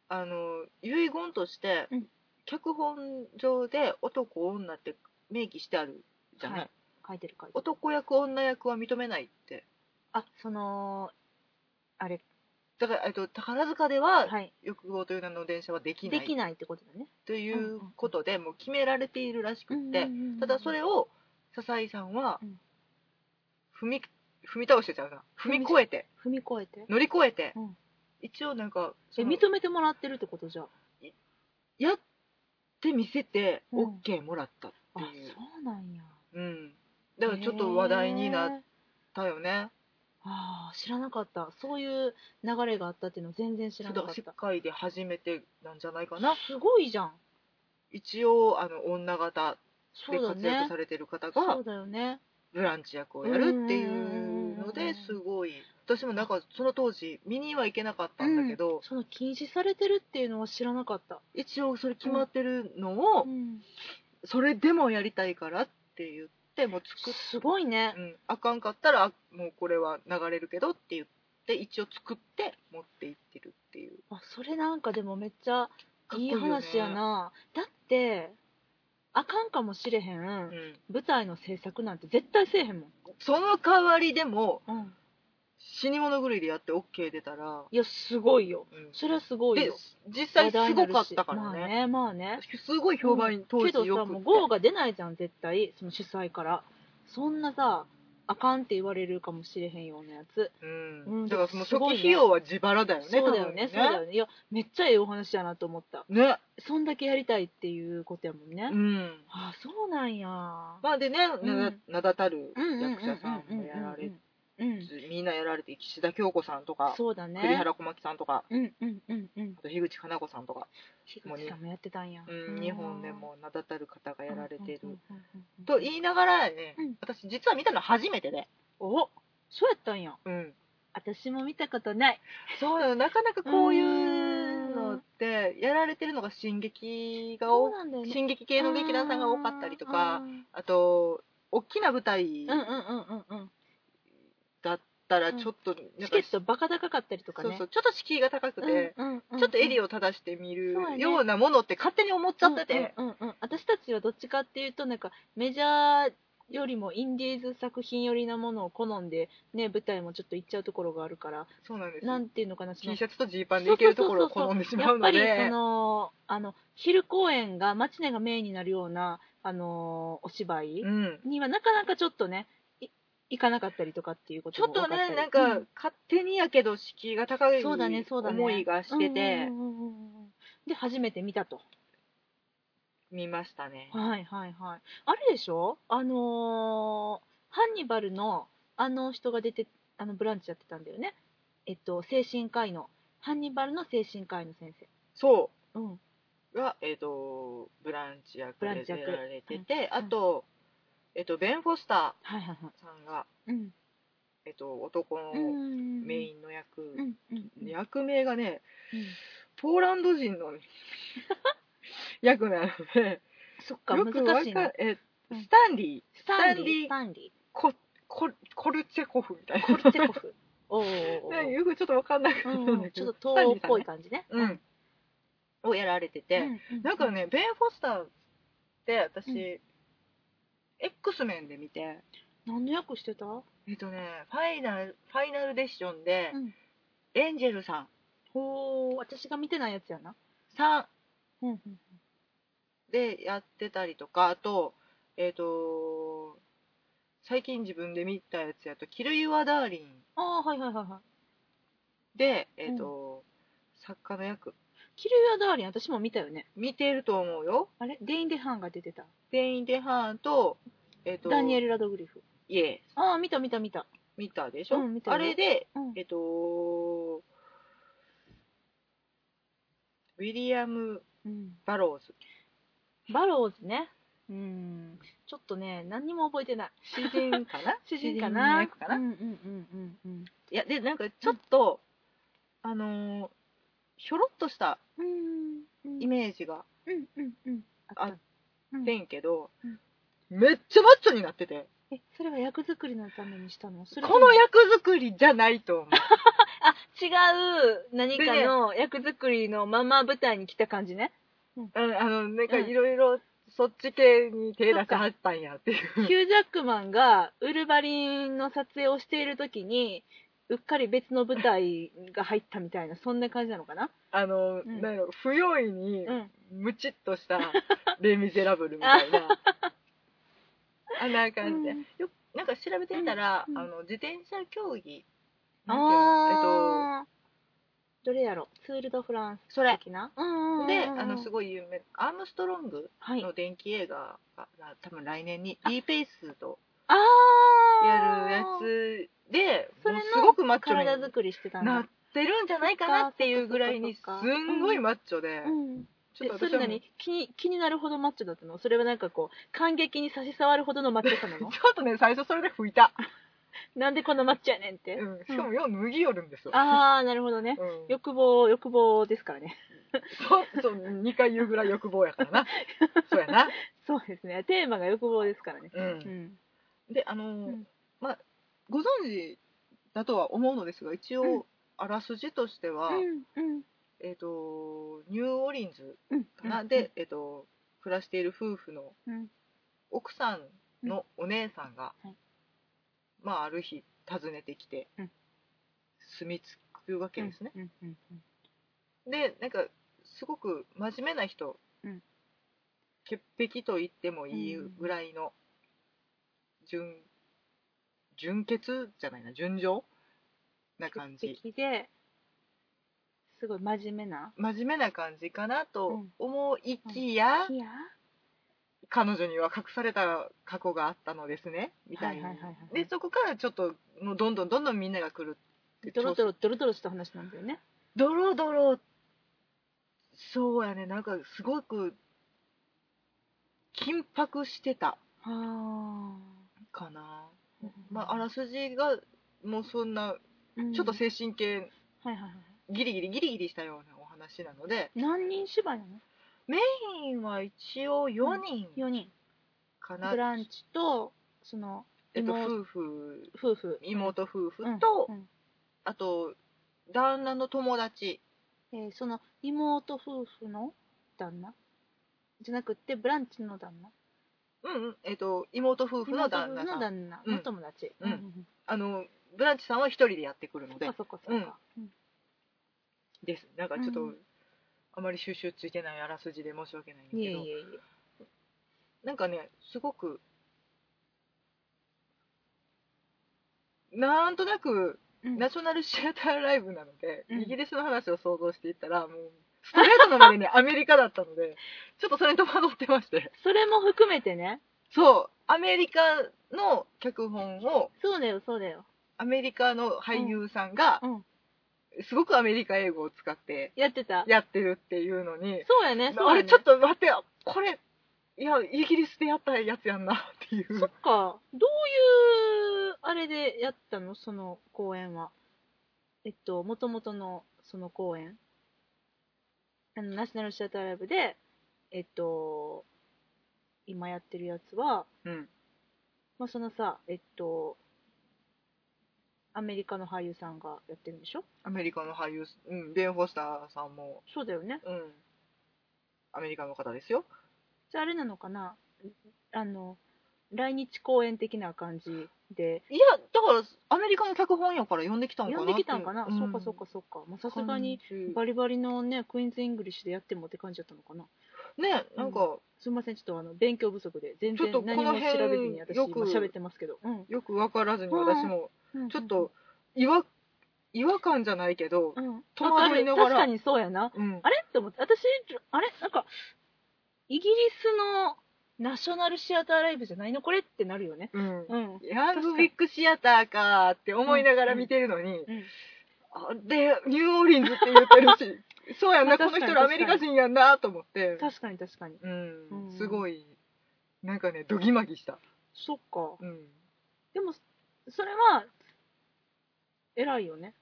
あの、遺言として、うん脚本上で男、女って明記してあるじゃない、はいー書いてる書いてる男役、女役は認めないって。あそのあれだから、えっと、宝塚では、はい欲望という名の電車はできなできいないってことだねということで、もう決められているらしくって、うんうんうんうんただそれを笹井さんはうん踏み踏み倒してちゃうな踏み越えて踏み越えて乗り越えて、うん一応なんかえその認めてもらってるってことじゃやってみせてうん OK もらったっっあてそいううなんやうんだからちょっと話題になっへーたよねあー知らなかったそういう流れがあったっていうの全然知らなそうかだっ世た界で初めてなんじゃないかなすごいじゃん一応あの女型そでうだ活躍ねされてる方そがうだよねブランチ役をやるっていうんうんうんううんうのんですごい私もなんかその当時見には行けなかったんだけど、その禁止されてるっていうのは知らなかった一応それ決まってるのを、うんそれでもやりたいからって言ってもう作っすごいねうん、あかんかったらあもうこれは流れるけどって言って一応作って持っていってるっていうあそれなんかでもめっちゃかっこいいよね話やなだってあかんかもしれへん、うん、舞台の制作なんて絶対せえへんもん、その代わりでもうん、死に物狂いでやって OK 出たら、いやすごいようんそれはすごいでよ実話際題すになごるしかったからね,、まあねまあねすごい評判に当けど時さよくもうっゴーが出ないじゃん絶対その主催からそんなさあかんって言われるかもしれへんようなやつ、て、う、うんんだからそのす初ごい期ね費用は自腹だよねそうだよねそう多だよ分ねいやめっちゃええお話やなと思ったねねそんだけやりたいっていうことやもんね、うんあそうなんやまあでね、うんな名だたるうんうんうん役者さんもやらうれて、んうんみんなやられて岸田京子さんとか、そうだね栗原小巻さんとかうんうんうんうんあと樋口かな子さんとか、樋口さんもやってたんや、うん、日本でも名だたる方がやられてる、うんうんうんうんうんと言いながらね、うん私実は見たの初めてで、おそうやったんやうん、私も見たことないそうよなかなかこういうのってやられてるのが進撃がそう多なんだよね進撃系の劇団さんが多かったりとうかんあと大きな舞台うんうんうんうんだったらちょっとなんか、うんチケットバカ高かったりとかそうねそううちょっと敷居が高くて、んうんうんちょっと襟をを正して見るそうやねようなものって勝手に思っちゃってて、うんうんうんうん私たちはどっちかっていうとなんかメジャーよりもインディーズ作品寄りなものを好んでね舞台もちょっと行っちゃうところがあるからそうなんですよなんていうのかなその T シャツとジーパンでいけるところを好んでしまうのでやっぱりそのあの昼公演が町根がメインになるようなあのーお芝居うん、にはなかなかちょっとねい行かなかったりとかっていうことちょっとねなんか、勝手にやけど敷居が高いそうだねそうだね思いがしててうんうんうんうんうんで初めて見たと見ましたね、はいはいはいあれでしょあのーハンニバルのあの人が出てあのブランチやってたんだよねえっと精神科医のハンニバルの精神科医の先生そうんうが、えー、とブランチ役ブラでンチ出役られてうんて、あと,、えー、とベン・フォスタはいはいはいーさんが、うんえー、と男のメインの役、うんうんうん役名がねうんポーランド人 の役なのでそっかよくわ難しいかなんえーうんスタンリースタンスタンリーリースタンリコココルチェコフみたいなーコルチェコフ おーおーおね、ーよくちょっとわかんなくうなるんんうだんけちょどっと東欧っぽい感じねうん、をやられてて、うんなんかねベン・フォスターって私、うん X メンで見て何の役してたえっとねファイナルファイナルデッションで、うんエンジェルさんほー私が見てないやつやなさんうんうんでやってたりとかあとえっ、と最近自分で見たやつやと「キル・ユア・ダーリンああはいはいはいはい」で、えっと作家の役キルユアダーリン私も見たよね見てると思うよあれデイン・デハーンが出てたデイン・デハーンと,、えっとダニエル・ラドグリフイエスああ見た見た見た見たでしょ、うん見たよあれでうんえっと、ウィリアム・うんバローズ。バローズねうんちょっとね何にも覚えてない詩人か な主人かな詩人の役かな、ういんうんうんうんや、で、なんかちょっと、あのーひょろっとしたうんうんイメージがうんうんうんああうんでんけど、うんめっちゃマッチョになってて、えそれは役作りのためにしたのそれともこの役作りじゃないと思う。あ違う何かの役作りのまま舞台に来た感じねうんあの、なんかうんいろいろそっち系に手出しはったんやっていヒューう。ジャックマンがウルヴァリンの撮影をしている時にうっかり別の舞台が入ったみたいなそんな感じなのかなあの、んなんやろ、不用意に、うんムチっ としたレ・ミゼラブルみたいなあんな感じで、うんよなんか調べてみたら、うんうんあの自転車競技なんていうのえっとあどれやろうツール・ド・フランスそれ的なうんうんうんうんであのすごい有名アームストロングはいの電気映画がな多分来年に E ペースとああやるやつでそれものうすごくマッチョ体に作りしてたんだなってるんじゃないかなっていうぐらいにすそっかそっかそっかんごいマッチョで、うんちょっそと私れはもう何気に気になるほどマッチョだったのそれはなんかこう感激に差し障るほどのマッチョさなち ょのっとね最初それで拭いた、なんでこのマッチョやねんって、うん、しかもよう脱ぎよるんですよ、ああなるほどねうん欲望欲望ですからねそうそう2回言うぐらい欲望やから なそうやな、そうですねテーマが欲望ですからねうんうんであのー、うんまあご存知だとは思うのですが一応、うんあらすじとしては、うんうんえっ、とニューオリンズうんかな、で、えっと暮らしている夫婦のうん奥さんのお姉さんが、はいまあある日訪ねてきて、うん住み着くわけですね、うんうんうんでなんかすごく真面目な人、うん潔癖と言ってもいいぐらいの純純潔じゃないな純情な感じ潔癖ですごい真面目な真面目な感じかなうとん思いきや、キア彼女には隠された過去があったのですねみたいな、はいはいはいはいでそこからちょっともうどんどんどんどんみんなが来るってドロドロドロドロした話なんだよねドロドロそうやねなんかすごく緊迫してたはかな、あまあ、あらすじがもうそんなちょっとせ精神系はいはいはいギリギリギリギリしたようなお話なので何人芝居なのメインは一応4人四人かな、ブランチとそのえっと、妹夫婦夫婦妹夫婦うんと、うんあと旦那の友達えーその妹夫婦の旦那じゃなくてブランチの旦那うんうんえっと妹夫婦の旦妹那夫婦さのん旦那うんの友達うんうんあのブランチさんは一人でやってくるそのっでかそっかそっかうんですなんかちょっと、うんあまり収集ついてないあらすじで申し訳ないんですいけえどいえいなんかねすごくなんとなくえうんナショナルシアターライブなので、うんイギリスの話を想像していったらもうストレートのまでに アメリカだったのでちょっとそれに戸惑ってましてそれも含めてねそうアメリカの脚本をそうだよそうだよアメリカの俳優さんが、うんすごくアメリカ英語を使ってやってたやってるっていうのにそうやねそうやあれねちょっと待ってよこれいやイギリスでやったやつやんなっていそっうかどういうあれでやったのその公演はえっともともとのその公演あのナショナルシアターライブでえっと今やってるやつはうんまあそのさえっとアメリカの俳優さんがやってるんでしょアメリカの俳優、うん、ベン・フォスターさんも、そうだよねうん、アメリカの方ですよじゃああれなのかなあの来日公演的な感じでいやだからアメリカの脚本やから呼んできたんかな呼んできたんかな、そうかそうかそうかまあささすがにバリバリのね、クイーンズ・イングリッシュでやってもって感じだったのかな。ねなんか、すみません、ちょっとあの勉強不足で、全然ちょっと何こもの調辺べずに私、今よく喋ってますけど、うんよく分からずに私もちょっ、と違和違和感じゃないけど、うん、戸惑いながらわかる確かにそうやな。うんあれって思って、私、あれなんか、イギリスのナショナルシアターライブじゃないのこれってなるよね。うんうん。ヤングビッグシアターかーって思いながら見てるのに、うん、あれ、ニューオーリンズって言ってるし、 そうやんまあな、この確かに人らアメリカ人やんなと思って、確かに確かに。うんうんすごい、なんかね、どぎまぎした。そっか。うん、でも、それは、偉いよね。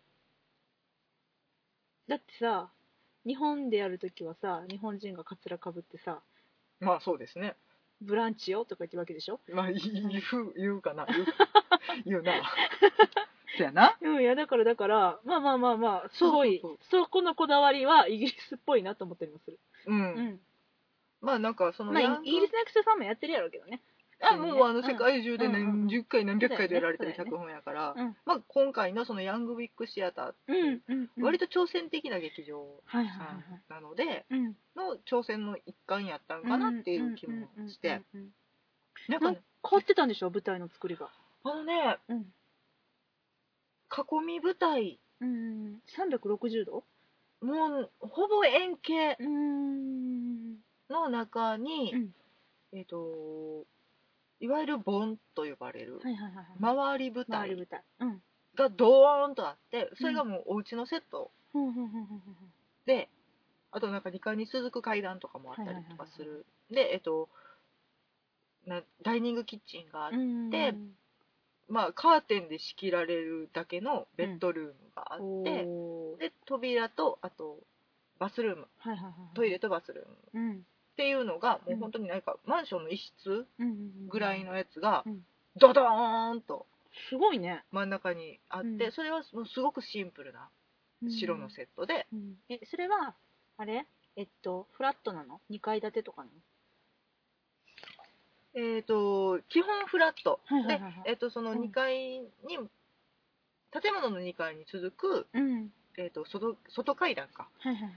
だってさ、日本でやるときはさ、日本人がカツラかぶってさ、まあそうですね。ブランチよとか言ってるわけでしょまあ、い言う、言うかな、言 う言うな。そやな。うん、いや、だからだから、まあまあまあまあ、すごい、そそうそうこのこだわりはイギリスっぽいなと思ったりもする。うん。うん。まあなんか、その、まあ、イヤングイギリスの役者さんもやってるやろうけどね。あもうあの世界中でうんうんうん何十回何百回とやられてるそうだよね脚本やから、うんまあ今回のそのヤングウィックシアターって、うん、うん。割と、と挑戦的な劇場はいはいさはいはんい。なので、うん。の挑戦の一環やったんかなっていう気もして、うん。うんうんうんななんかんねか変わってたんでしょ舞台の作りが。あのねうん。囲み舞台うん。360度もうほぼ円形うーん。の中に、うんえっ、といわゆる盆と呼ばれるはいはいはいはい。回り舞周り台豚。うん。がドーンとあってそれがもうお家のセットふんふんふんふんふんであとなんか2階に続く階段とかもあったりとかする、でえっ、となダイニングキッチンがあうって、んでまあ、カーテンで仕切られるだけのベッドルームがあって、おーで扉とあとバスルームはいはいはいはい。トイレとバスルームっうん。ていうのがもううん本当になんかマンションの一室うんうんうん。ぐらいのやつがうんドドーンとすごいね。真ん中にあって、うんそれはもうすごくシンプルな白のセットで、うん。え、それは、あれえっと、フラットなの ?2 階建てとかなのえっ、と基本フラット、はいはいはいはいで、えー、とそのうん2階に、建物の2階に続く、うん。えー、と外外階段かはいはいはい。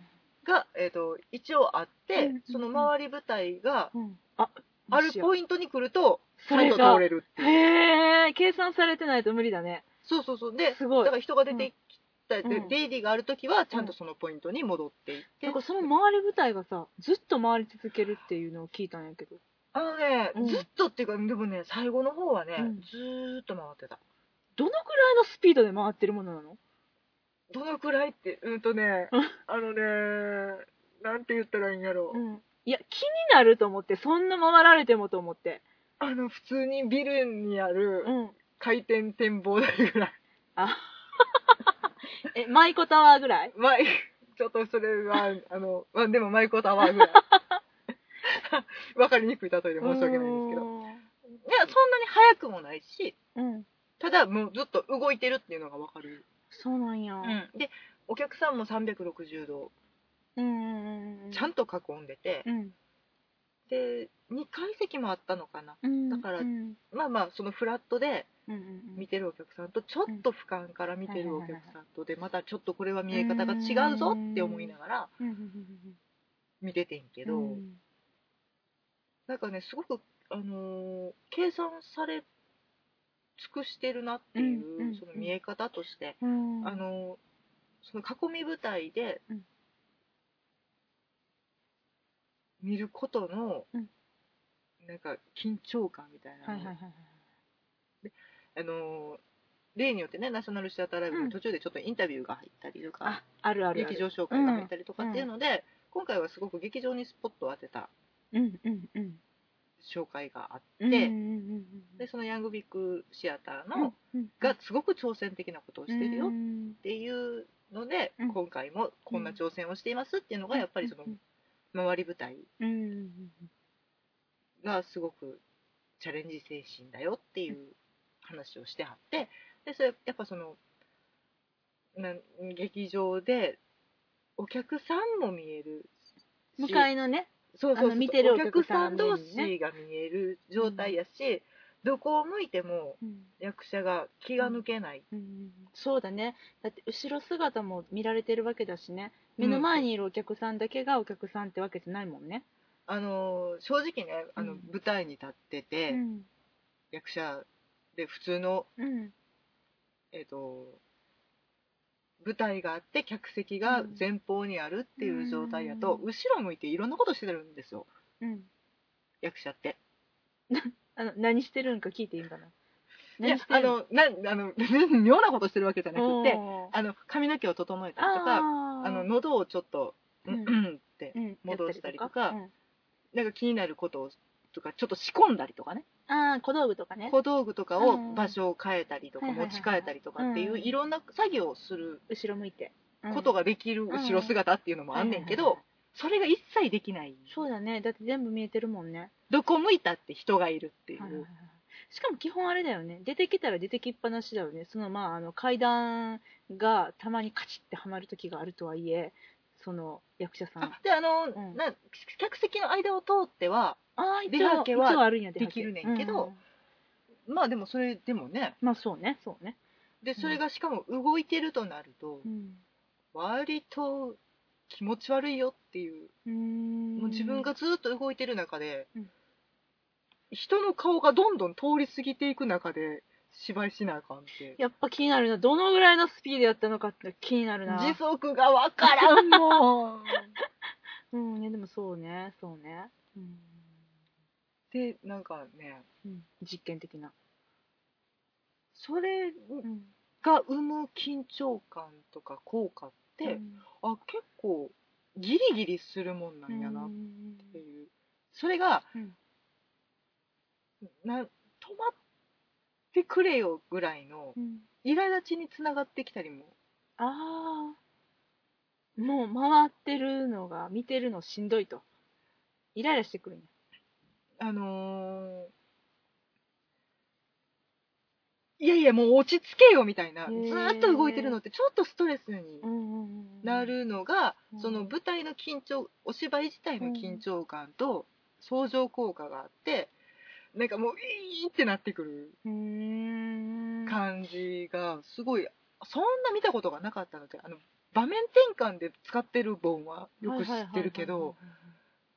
が、えー、と一応あって、うんうんうんその周り舞台がうん。あ、あるポイントに来るとそされっがと通れるっていうへえ、計算されてないと無理だね。そうそうそうですごいだから人が出てきた、でうん出入りがある時はちゃんとそのポイントに戻っていって、なんかその回り舞台がさ、ずっと回り続けるっていうのを聞いたんやけど。あのね、うんずっとっていうかでもね最後の方はね、うんずーっと回ってたどのくらいのスピードで回ってるものなのどのくらいってうんとねあのねなんて言ったらいいんやろう、ん。いや、気になると思って、そんな回られてもと思って。あの普通にビルにあるうん。回転展望台ぐらい、 あえ、マイコタワーぐらいまあちょっとそれはあの、まあ、でもマイコタワーぐら いわかりにくい例えで申し訳ないんですけどいやそんなに速くもないしうん。うん。ただもうずっと動いてるっていうのがわかる、そうなんや。でお客さんも360度うん。うん。ちゃんと囲んでて、うん。で2階席もあったのかなうん。だからうん。まあまあそのフラットでうん。見てるお客さんとちょっと俯瞰から見てるお客さんとでまたちょっとこれは見え方が違うぞって思いながらうん。うん。見ててんけけど、なんかねすごく、あのー計算され尽くしてるなっていう、うんうんその見え方として、うん。あのーその囲み舞台でうん見ることの、うんなんか緊張感みたいはないのはいをはいはい。あの例によってねナショナルシアターライブの途中でちょっとインタビューが入ったりとあか、、あるあるある。劇場紹介が入ったりとかっていうので、今回はすごく劇場にスポットを当てたうんうんうん。紹介があっうんて、うんうんうん、でそのヤングビッグシアターの、うんうんがすごく挑戦的なことをしてるようっんていうので、うん今回もこんな挑戦をしていますっていうのがやっぱりそのうん回り舞台うんうんがすごくチャレンジ精神だよっていう話をしてはってでそれやっぱそのなん劇場でお客さんも見える向かいのね、そうあそうのそう見てるおお客客ささんんも見え同るね士が見える状態やし、どこを向いてもうん役者が気が抜けない、うん、そうだねだって後ろ姿も見られてるわけだしね目の前にいるお客さんだけがお客さんってわけじゃないもんね、あの正直ねあのうん舞台に立ってて、ん役者で普通の、うんえっと舞台があって客席が前方にあるっていう状態だと、うん後ろ向いていろんなことしてるんですようん、役者って。あの何してるんか聞いていいんかないや何してあるのなあの 妙なことしてるわけじゃなくておーあの髪の毛を整えたりとかあーあの喉をちょっと、ううんん、うんって、うん戻したりとやっかたりとなんか気になることをとか、ちょっと仕込んだりとかね、うんああ小道具とかね小道具とかうをん場所を変えたりとか、はいはいはい持ち替えたりとかっていうう、んいろんな作業をする後ろ向いて、うんことができる後ろ姿っていうのもあんねんけはいはいどは、それが一切できない、そうだねだって全部見えてるもんねどこ向いたって人がいるっていはいはいはうい、しかも基本あれだよね出てきたら出てきっぱなしだよねそのまああの階段がたまにカチッてはまる時があるとはいえその役者さんあであの、んな客席の間を通っては、あー一出応はけは一応あるんや出はできるねんけどうまあでもそれでもね、まあそうねそうね、でそれがしかも動いてるとなるとう、ん、割と気持ち悪いよっていう。うーんもう自分がずっと動いてる中で、うん人の顔がどんどん通り過ぎていく中で芝居しなあかんってやっぱ気になるな。どのぐらいのスピードやったのかって気になるな。時速がわからんもん うん、いやでもそうね、そうね。うん。でなんかねうん、実験的な。それうん。が生む緊張感とか効果って、うん、あ結構ギリギリするもんなんやなっうんていう、それが、うんな止まってくれよぐらいのうん苛立ちにつながってきたりもああ。もう回ってるのが、見てるのしんどいと。イライラしてくるんや。あのーいやいやもう落ち着けよみたいなずへーーっと動いてるのってちょっとストレスにんうんうんな。るのが、うんその舞台の緊張お芝居自体の緊張感と相乗効果があってなんかもうイーンってなってくるうーん。感じがすごいそんな見たことがなかったのであの場面転換で使ってる本はよく知ってるけど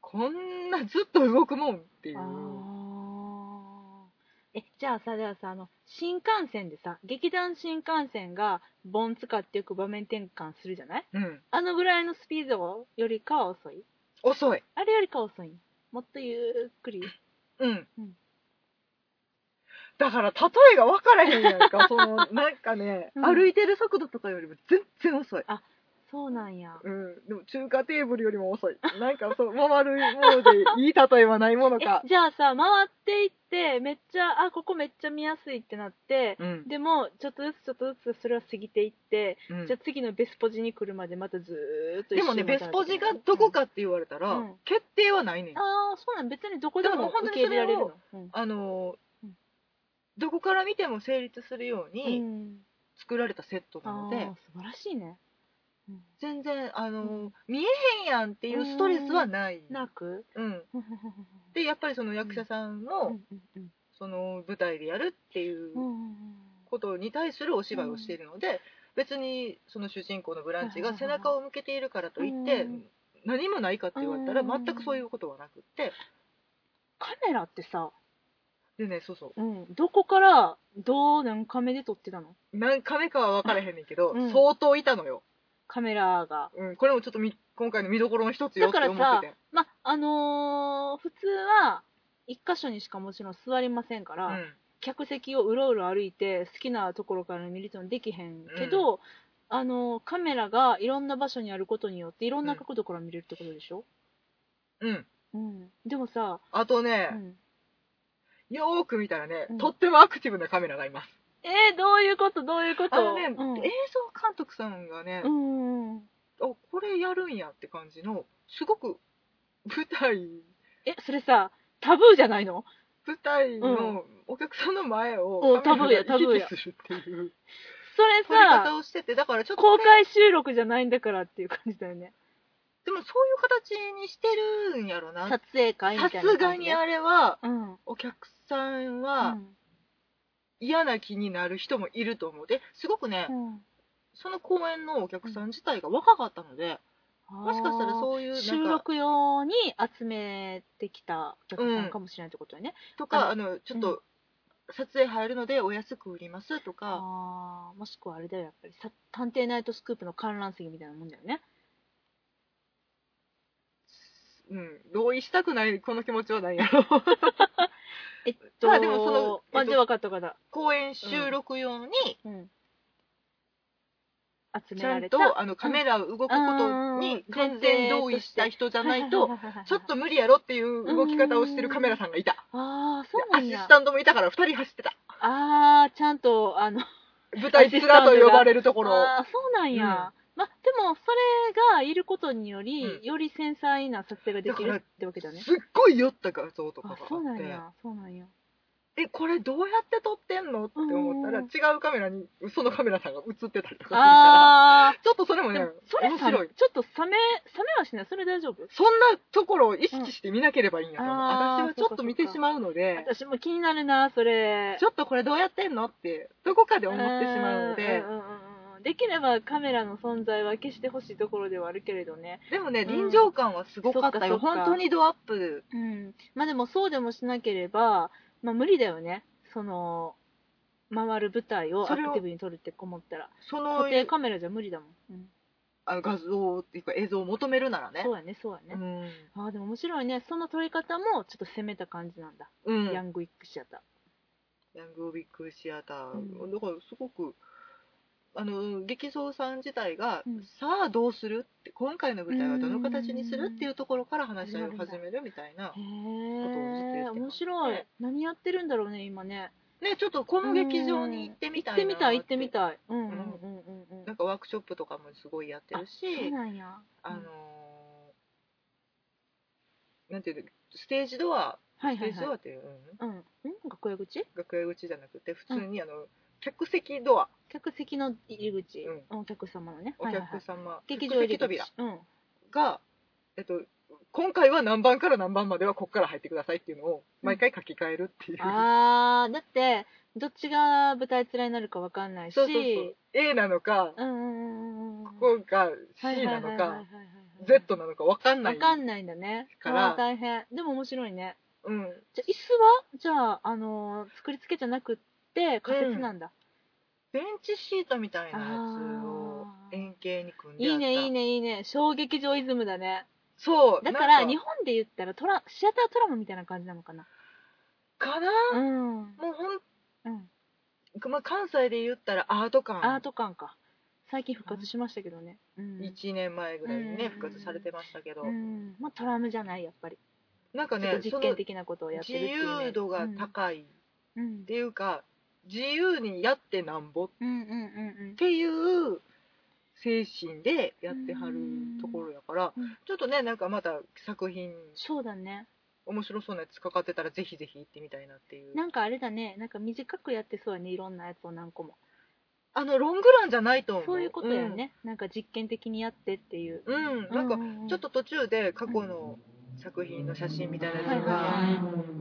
こんなずっと動くもんっていはいはいはいはいはい。う。あーえ、じゃあさ、ではさ、あの、新幹線でさ、劇団新幹線が、ボン使ってよく場面転換するじゃないうん、あのぐらいのスピードよりかは遅い遅い、あれよりかは遅いんもっとゆっくり。うんうんだから例えが分からへんやんかそのなんかね、うん歩いてる速度とかよりも全然遅い、そうなんや。うん、でも中華テーブルよりも遅いなんかそう回るものでいい例えはないもの かえ、じゃあさ、回っていって、めっちゃ、あ、ここめっちゃ見やすいってなって、うんでも、ちょっとずつちょっとずつそれは過ぎていって、うんじゃあ次のベスポジに来るまでまたずーっと一で周もね回ベらスなきゃポいけジないがどこかって言われたら、うん決定はないねんああ、そうなん、別にどこでだからももう本当受にけ入れられるの。うんあのうーんどこから見ても成立するよううにん、作られたセットなあのあで、ー、素晴らしいね。うん全然あのー、うん見えへんやんっていうストレスはない、なく。うん、うんでやっぱりその役者さんの、うんうんその舞台でやるっていうううんことに対するお芝居をしているので、別にその主人公のブランチはいがはい背はい中を向けているからといって、うん何もないかって言われたらうん全くそういうことはなくってカメラってさ、でねそうそうん、どこからどう何カメで撮ってたのう何カメかは分からへんねんけど、うん相当いたのよ、カメラが。うん、これもちょっとみ今回の見どころの一つよって思だからっさてて。ま、あのー普通は、一箇所にしかもちろん座りませんかうら、ん客席をうろうろ歩いて好きなところから見るとできへんけど、あのカメラがいろんな場所にあることによっていろんな角度から見れるってことでしょ、うん、うん、でもさ、あとねう、んよーく見たらね、うんとってもアクティブなカメラがいます。えー、どういうことどういうことあのね、うん、映像監督さんがね、うんうんうんあこれやるんやって感じのすごく舞台えそれさタブーじゃないの舞台うのお客さんの前うをんカメラタがブーや行き来するっていうそれ撮りさ方をしててだからちょっと公これ開収録じゃないんだからっていう感じだよねでもそういう形にしてるんやろな撮さ影会みたいな感じすがにあれはうん、うん、お客さんは嫌な気になる人もいると思うですごくね、うんその公演のお客さん自体が若かったので、もしかしたらそういう収なんか録用に集めてきたお客さんかもしれないってことよね。とあかあのちょっと撮影入るのでお安く売りますとか、ああーもしくはあれだよ、やっぱりさ探偵ナイトスクープの観覧席みたいなもんだよね。うん、同意したくないこの気持ちはないや ろえっと、まあでもそのまあえっとじゃあ分かった分かった。公演収録用にうん。集めちゃらんれとた。、あのカメラを動くことにうん完全同意した人じゃないと ちょっと無理やろっていう動き方をしてるカメラさんがいたああ、そうアなんシやス。タントもいたから2人走ってたああ、ちゃんと、あの、舞台すらと呼ばれるところああ、そうなんや。うんまあでも、それがいることにより、うんより繊細な撮影ができるってわけすだっね。ごい酔った画像とかがああって、そうなんや、そうなんや。えこれどうやって撮ってんのって思ったらうん違うカメラにそのカメラさんが映ってたりとかするからああ、ちょっとそれもでねもそれ面さちょ白っいと冷め、冷めはしない。それ大丈夫そんなところを意識して見なければいいんやと思う、うんあー私はちょっと見てしまうので私も気になるな、それ。ちょっとこれどうやってんのってどこかで思ってしまうのでんうんうんうんできればカメラの存在は消してほしいところではあるけれどね。でもねうん臨場感はすごかったそよっかそっか本当にドアップうん。まあでもそうでもしなければ、まあ無理だよね。その、回る舞台をそアクれをティブに撮るってこもったらその固定カメラじゃ無理だもん、うん、あの画像っていうか映像を求めるならねそうやねそうやね、ああでも面白いねその撮り方もちょっと攻めた感じなんだ、うん、うんヤ、ングイックシアタヤングビッグシアター、うんだからすごくあの劇場さん自体が、うんさあどうするって今回の舞台はどの形にするっていうところから話し合いを始めるみたいなー、へやえってます面白い、ね何やってるんだろうね今ねねちょっとこの劇場に行ってみた行っいなてみたい行ってみいたいうんうんうんうんうんなんかワークショップとかもすごいやってるしそうなんやあうんのーなんていうのステージドアはいステはいージはいドアっていう、ううんん、ん楽屋口楽屋口じゃなくて普通にあの、客席ドア客席の入り口、うお客様のね、おはいはいは客い、様、劇場入り客口席扉うん、が、えっと、今回は何番から何番まではここから入ってくださいっていうのを毎回書き換えるっていう、あーだってどっちが舞台面になるかわかんないし そうそうそうう A なのか、んうんうんうんうんここがはいは C いはなはいいのはいはいか Z わなのか分かんないかんないんだねからあー大変でも面白いねうん、じゃあ椅子はじゃあ、あのー作り付けじゃなくって仮設なんだ、ベンチシートみたいなやつを円形に組んでいあいったねいいねいいね小劇場イズムだねそうだからなん日本で言ったらトラシアタートラムみたいな感じなのかなかな、うん、うん、もうほんまあ、関西で言ったらアートアー館ト館か最近復活しましたけどねうん、 1年前ぐらいにね、うん復活されてましたけど、うん、まあトラムじゃないやっぱりなんかちょっとねそ実の験的なことをやっ自てるっていうイメージ、由度が高い、うん、うんっていうか自由にやってなんぼっうんうんうんていう精神でやってはるところやから、うんちょっとねなんかまた作品そうだね面白そうなやつかかってたらぜひぜひ行ってみたいなっていうなんかあれだねなんか短くやってそうやねいろんなやつを何個もあのロングランじゃないと思うそういうことやね、なんか実験的にやってっていう、うん、うんなんかちょとっと途中で過去の作品の写真みたいなやつが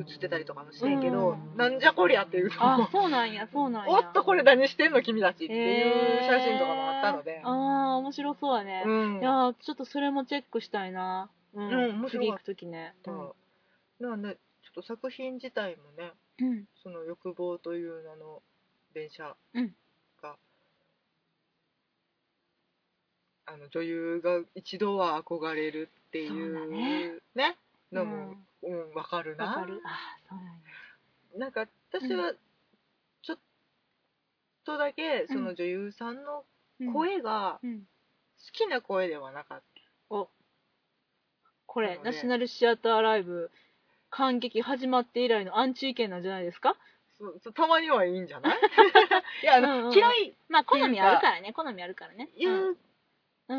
写ってたりとかもしてんけど、うなんじゃこりゃっていうあそうなんやそうなんや おっとこれ何してんの君たちっていう写真とかもあったのへでー、ああ面白そうやね、うんいやーちょっとそれもチェックしたいなうん、うん面白かった次行く時ねとなんでちょっと作品自体もねうんその欲望という名の電車うんが、あの女優が一度は憧れるっていそうだうねねうんのも、うん分かるわ、なかるあーそうなんやなんか私はちょっとだけその女優さんのうん声が好うんきな声ではなかっこなれのでナショナルシアターライブ感激始まって以来のアンチ意見なんじゃないですかた、そうそうたまにはいいんじゃない いやあのうんうん嫌いまあ好みあるからね好みあるからねいう、うん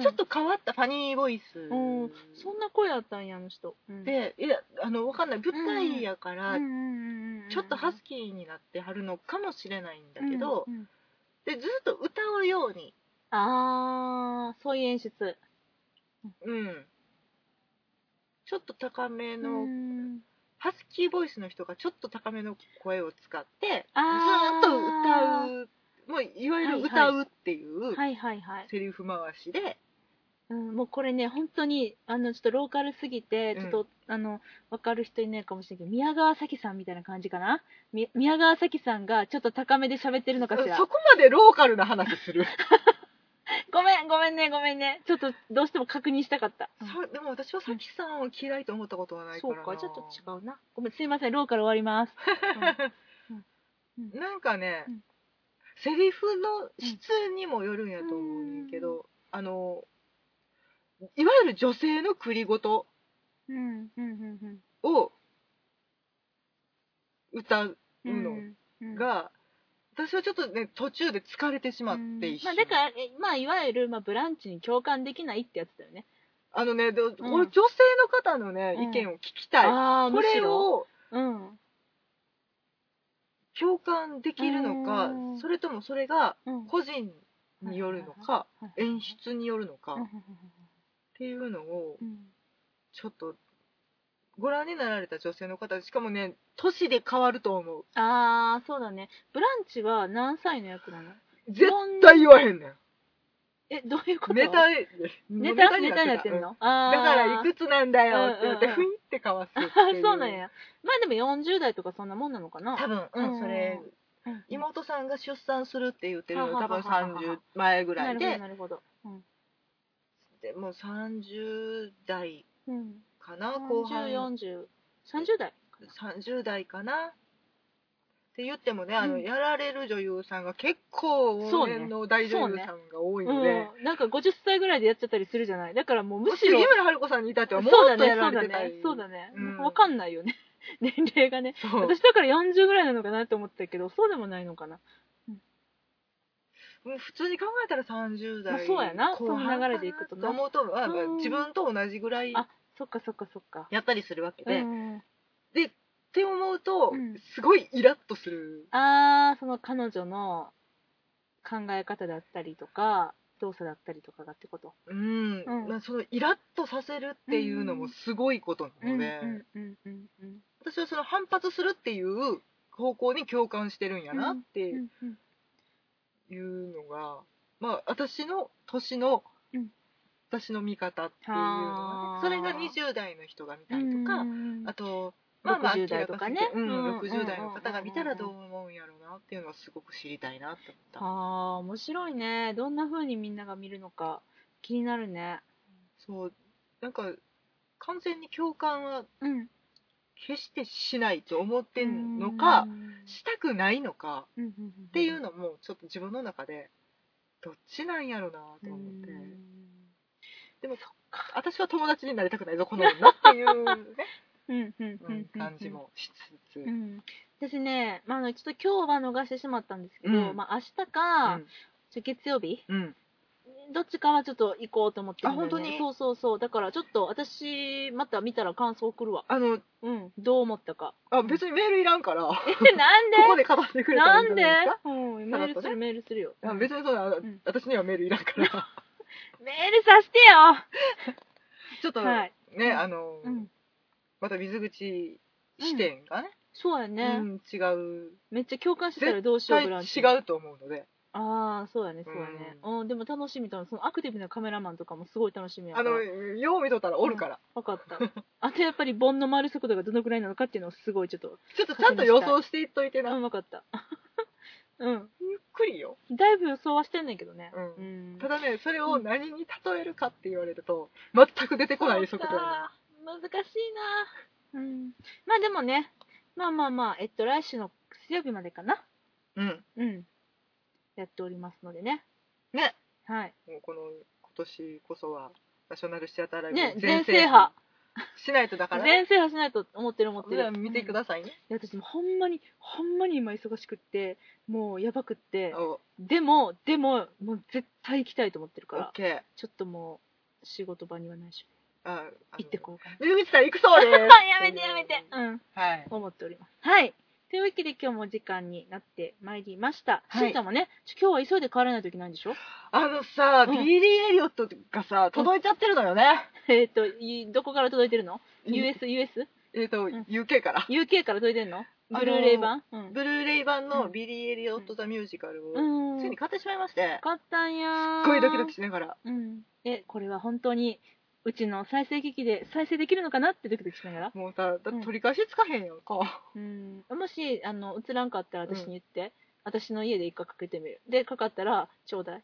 ちょっと変わったファニーボイス、うん、うんそんな声だったんやあの人、うん、でいやあのわかんない舞台やかうら、んうんうんうんちょっとハスキーになってはるのかもしれないんだけど、うんうんでずっと歌うように、ああそういう演出うん、ちょっと高めうの、んハスキーボイスの人がちょっと高めの声を使ってずあっーと歌うもういわゆる歌うっていうはいはいはい、セリフ回しで、うん、もうこれね本当にあのちょっとローカルすぎてちょっと、あのわかる人いないかもしれないけど宮川咲さんみたいな感じかなみ宮川咲さんがちょっと高めで喋ってるのかしらそこまでローカルな話するごめんごめんねごめんねちょっとどうしても確認したかった、 そうでも私はさきさんを嫌いと思ったことはないかそうらなかちょっと違うなごめんすいませんローカル終わります、 なんかね、うんセリフの質にもよるんやと思うねんけど、あのいわゆる女性の繰りごとうん、うんうんうんを歌ううんのうんが、私はちょっとね途中で疲れてしまって一まあ瞬、だからえまあいわゆるまあブランチに共感できないってやつだよねあのね、で俺ん女性の方のねうん意見を聞きたい、ああこむしれろをうん共感できるのか、うんそれともそれがうん個人によるのか、はい演出によるのか、うんうんっていうのをうんうんちょっとご覧になられた女性の方しかもね年で変わると思うああそうだねブランチは何歳の役なの絶対言わへんねえどういうこんとネタネタネにタにななっっててるんだのあーからいくつなんだよって言ってうんうんふうんいってかわすって あいーそうなんやまあでも40代とかそんなもんなのかな多分うんそれうん妹さんが出産するって言ってるは多は分ははは30前ぐらいでなるほどなるほでもう30代ど、うんかなうん、後半3040 30代かな30代かなって言ってもねあの、うんやられる女優さんが結構そ往うね年の大女優さんが多いので、うん、なんか50歳ぐらいでやっちゃったりするじゃないだからもうむし杉ろ村春子さんに至ってそはうもっだとねやそらうだれてたねりそうだね、うんわかんないよね 年齢がねそう私だから40ぐらいなのかなって思ったけどそうでもないのかな、もう普通に考えたら30代まあそうやな後半かその流れでいくとな思うと、まあまあうん自分と同じぐらいあそっかそっかそっかやったりするわけで、うっん、て思うと、うんすごいイラッとするあーその彼女の考え方だったりとか動作だったりとかがってことうん、うんまあ、そのイラッとさせるっていうのもすごいことなので、うんうんうんうん私はその反発するっていう方向に共感してるんやなってういんうんうのが、まあ私の年の、うん私の見方っていうのはあがね、それが20代の人が見たりとか、あと60代とかね明らにうん60代の方が見たらどう思うんやろうなっていうのはすごく知りたいなって思った。あー面白いねどんな風にみんなが見るのか気になるねそうなんか完全に共感はうん決してしないと思ってんのか、したくないのか、っっていうののもちょっと自分の中でどっちなんやろなと思ってでも私は友達になりたくないぞこの女っていう、 ねうん、感じもしつつ、ううんん私ね、まああの、ちょっと今日は逃してしまったんですけど、うんまあ明日か、ちょ月曜日うんどっちかはちょっと行こうと思ってるんだよねあ本当にそうそうそうだからちょっと私また見たら感想送るわあのうんどう思った かあ別にメールいらんからこえなんでこで語ってくれたならいいんんじでゃないですか、うん、メールする、メールするよ。あ別にそうだ、ん私にはメールいらん からメールさせてよちょっと、はい。ねあの、うん。また水口視点がね、そうやね、うん違うめっちゃ共感してたらどうしよう対ブランチ。違うと思うのでああ、そうやね、そうやね。うん、でも楽しみだな。そのアクティブなカメラマンとかもすごい楽しみやあから。のよう見とったらおるから、わかった。 あとやっぱり盆の回る速度がどのくらいなのかっていうのをすごいちょっと。ちょっとちゃんと予想していっといてな、うん、わかった。 うん。ゆっくりよだいぶ予想はしてんねんけどね。。うんただね、それを何に例えるかって言われると、全く出てこない速度そうやか難しいなうん。まあでもね、まあまあまあ、えっと、来週の水曜日までかな。な。うん。うん、やっておりますのでね。ね。はい。もうこの今年こそは、ナショナルシアターライブね、全全制制覇覇。しないとだから、全制覇しないと思ってる思って皆さる。ん見てくださいね。うんいや私もほんまに、ほんまに今忙しくって、もうやばくって、おオでも、でも、もう絶対行きたいと思ってるかッら、ケー。ちょっともう、仕事場には内緒。ああ行ってこうかな。う。水口さん行くそうです。 あ、やめてやめて。うん。 はい。思っております。はい。というわけで今日もお時間になってまいりました。はいしんちゃんもね、ちょ今日は急いで帰らないといけないんでしょあのさ、うん BD エリオットがさ、届いちゃってるのよね。 えっと、いどこから届いてるの ?US、US? えっと、ん UK から。 UK から届いてんののーブルーレイ版、うんブルーレイ版うのん BD エリオット・ザ・ミュージカルを、うんついに買ってしまいまして、買ったんやーすっごいドキドキしながら。うんえこれは本当にうちの再生機器で再生できるのかなってドキドキしながら、もうさ、だってうん取り返しつかへんやんか。うん、もしあの映らんかったらうん私に言って、私の家で一回かけてみるでかかったらちょうだい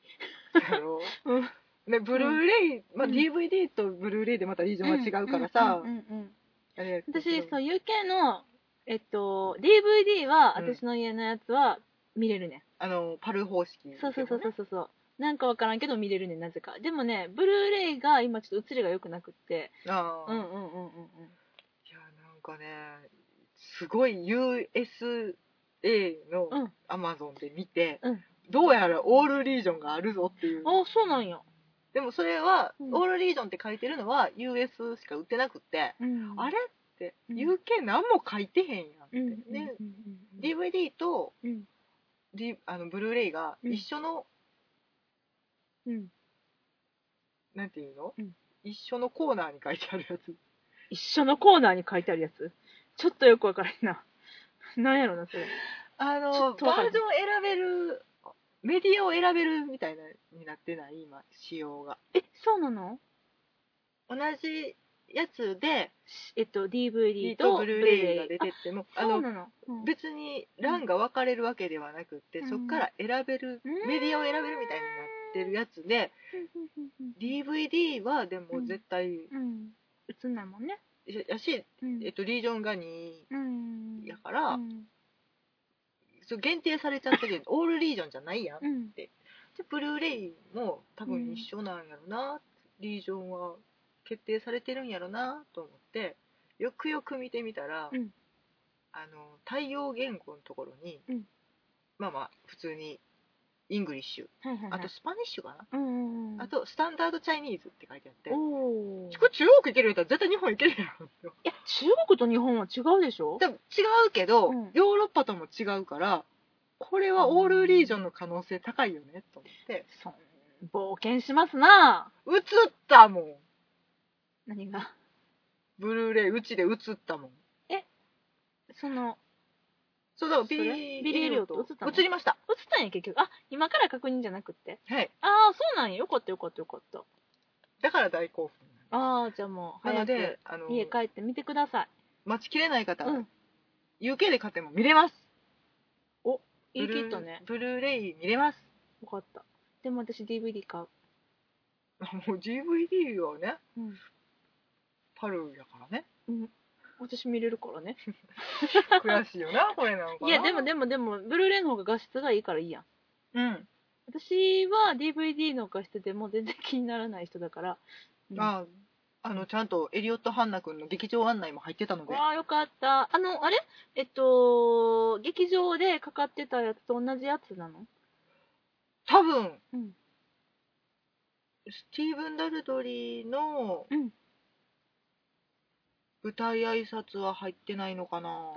やろうんね、ブルーレイ、まあ、うん DVD とブルーレイでまたリージョンは違うからさ、うんうんうんうんあれやけど私そう UK のえっと DVD はうん私の家のやつは見れるね、あのパル方式、そうそうそうそううそうそうなんかわからんけど見れるねなぜかでもねブルーレイが今ちょっと映りが良くなくってあうあ、んういんうんうんうんやなんかねすごい USA のうんアマゾンで見て、うんどうやらオールリージョンがあるぞっていうあそうなんや、でもそれは、うんオールリージョンって書いてるのは US しか売ってなくって、うんあれってうん UK 何も書いてへんやんって、うんうんうんで DVD と、うん D、あのブルーレイが一緒の、うんなんていうの、うん一緒のコーナーに書いてあるやつ。一緒のコーナーに書いてあるやつちょっとよくわからへんな なんやろなそれあちょっの、とわバかんないージョンを選べる、メディアを選べるみたいな、になってない今、仕様が。えそうなの同じやつでえっと、DVD ととブブルルーーレレイイが出てってもああそうなのの、うん別に欄が分かれるわけではなくって、うんそこから選べる、うんメディアを選べるみたいになってるやつで、DVD はでも絶対、うん映んないもんねやし、うんえっと、リージョンが2うんやから、うんそう限定されちゃってるやんオールリージョンじゃないやん、うんでブルーレイも多分一緒なんやろな、リージョンは決定されてるんやろなと思ってよくよく見てみたら、うんあの対応言語のところに、うんまあまあ普通にイングリッシュはいはいはいあとスパニッシュかな、うんうんうんあとスタンダードチャイニーズって書いてあっておおいこれ中国行けるんやったら絶対日本行けるやろってや中国と日本は違うでしょでも違うけど、うんヨーロッパとも違うからこれはオールリージョンの可能性高いよねと思ってそん冒険しますな映ったもん何がブルーレイうちで映ったもんそのそうだからそれビリーエリオット映ったの映りました映ったんや結局あ今から確認じゃなくってはいああそうなんやよかったよかったよかっただから大興奮ああじゃあもうな早くのであの家帰って見てくださ待ちきれないい方、うん UK で買っても見れます言い切ったねブルーブルーレイ見れます よかったでも私 DVD 買うもう DVD はねうんパルやから ね私見れるからね悔しいよなこれなんかいやでもでもでもブルーレイの方が画質がいいからいいやんうん私は DVD の画質でもう全然気にならない人だから、うんああのちゃんとエリオット・ハンナ君の劇場案内も入ってたのでわあよかったあのあれえっと劇場でかかってたやつと同じやつなの多分、うんスティーブン・ダルドリーのうん舞台挨拶は入ってないのかな、あ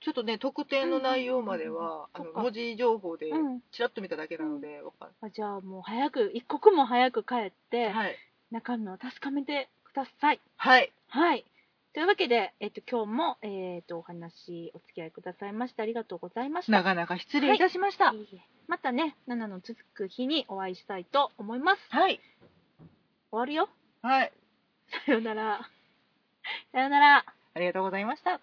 ちょっとね特典の内容までは、うんうんうんうんあの文字情報であうんちらっと見ただけなので、わかるあじゃあもう早く一刻も早く帰って、はい、中身を確かめてくださいはい、はいというわけで、えっと、今日も、えっとお話お付き合いくださいましてありがとうございました長々失礼いたしましたはいいえいえまたね7の続く日にお会いしたいと思いますはい、終わるよさよならさよならありがとうございました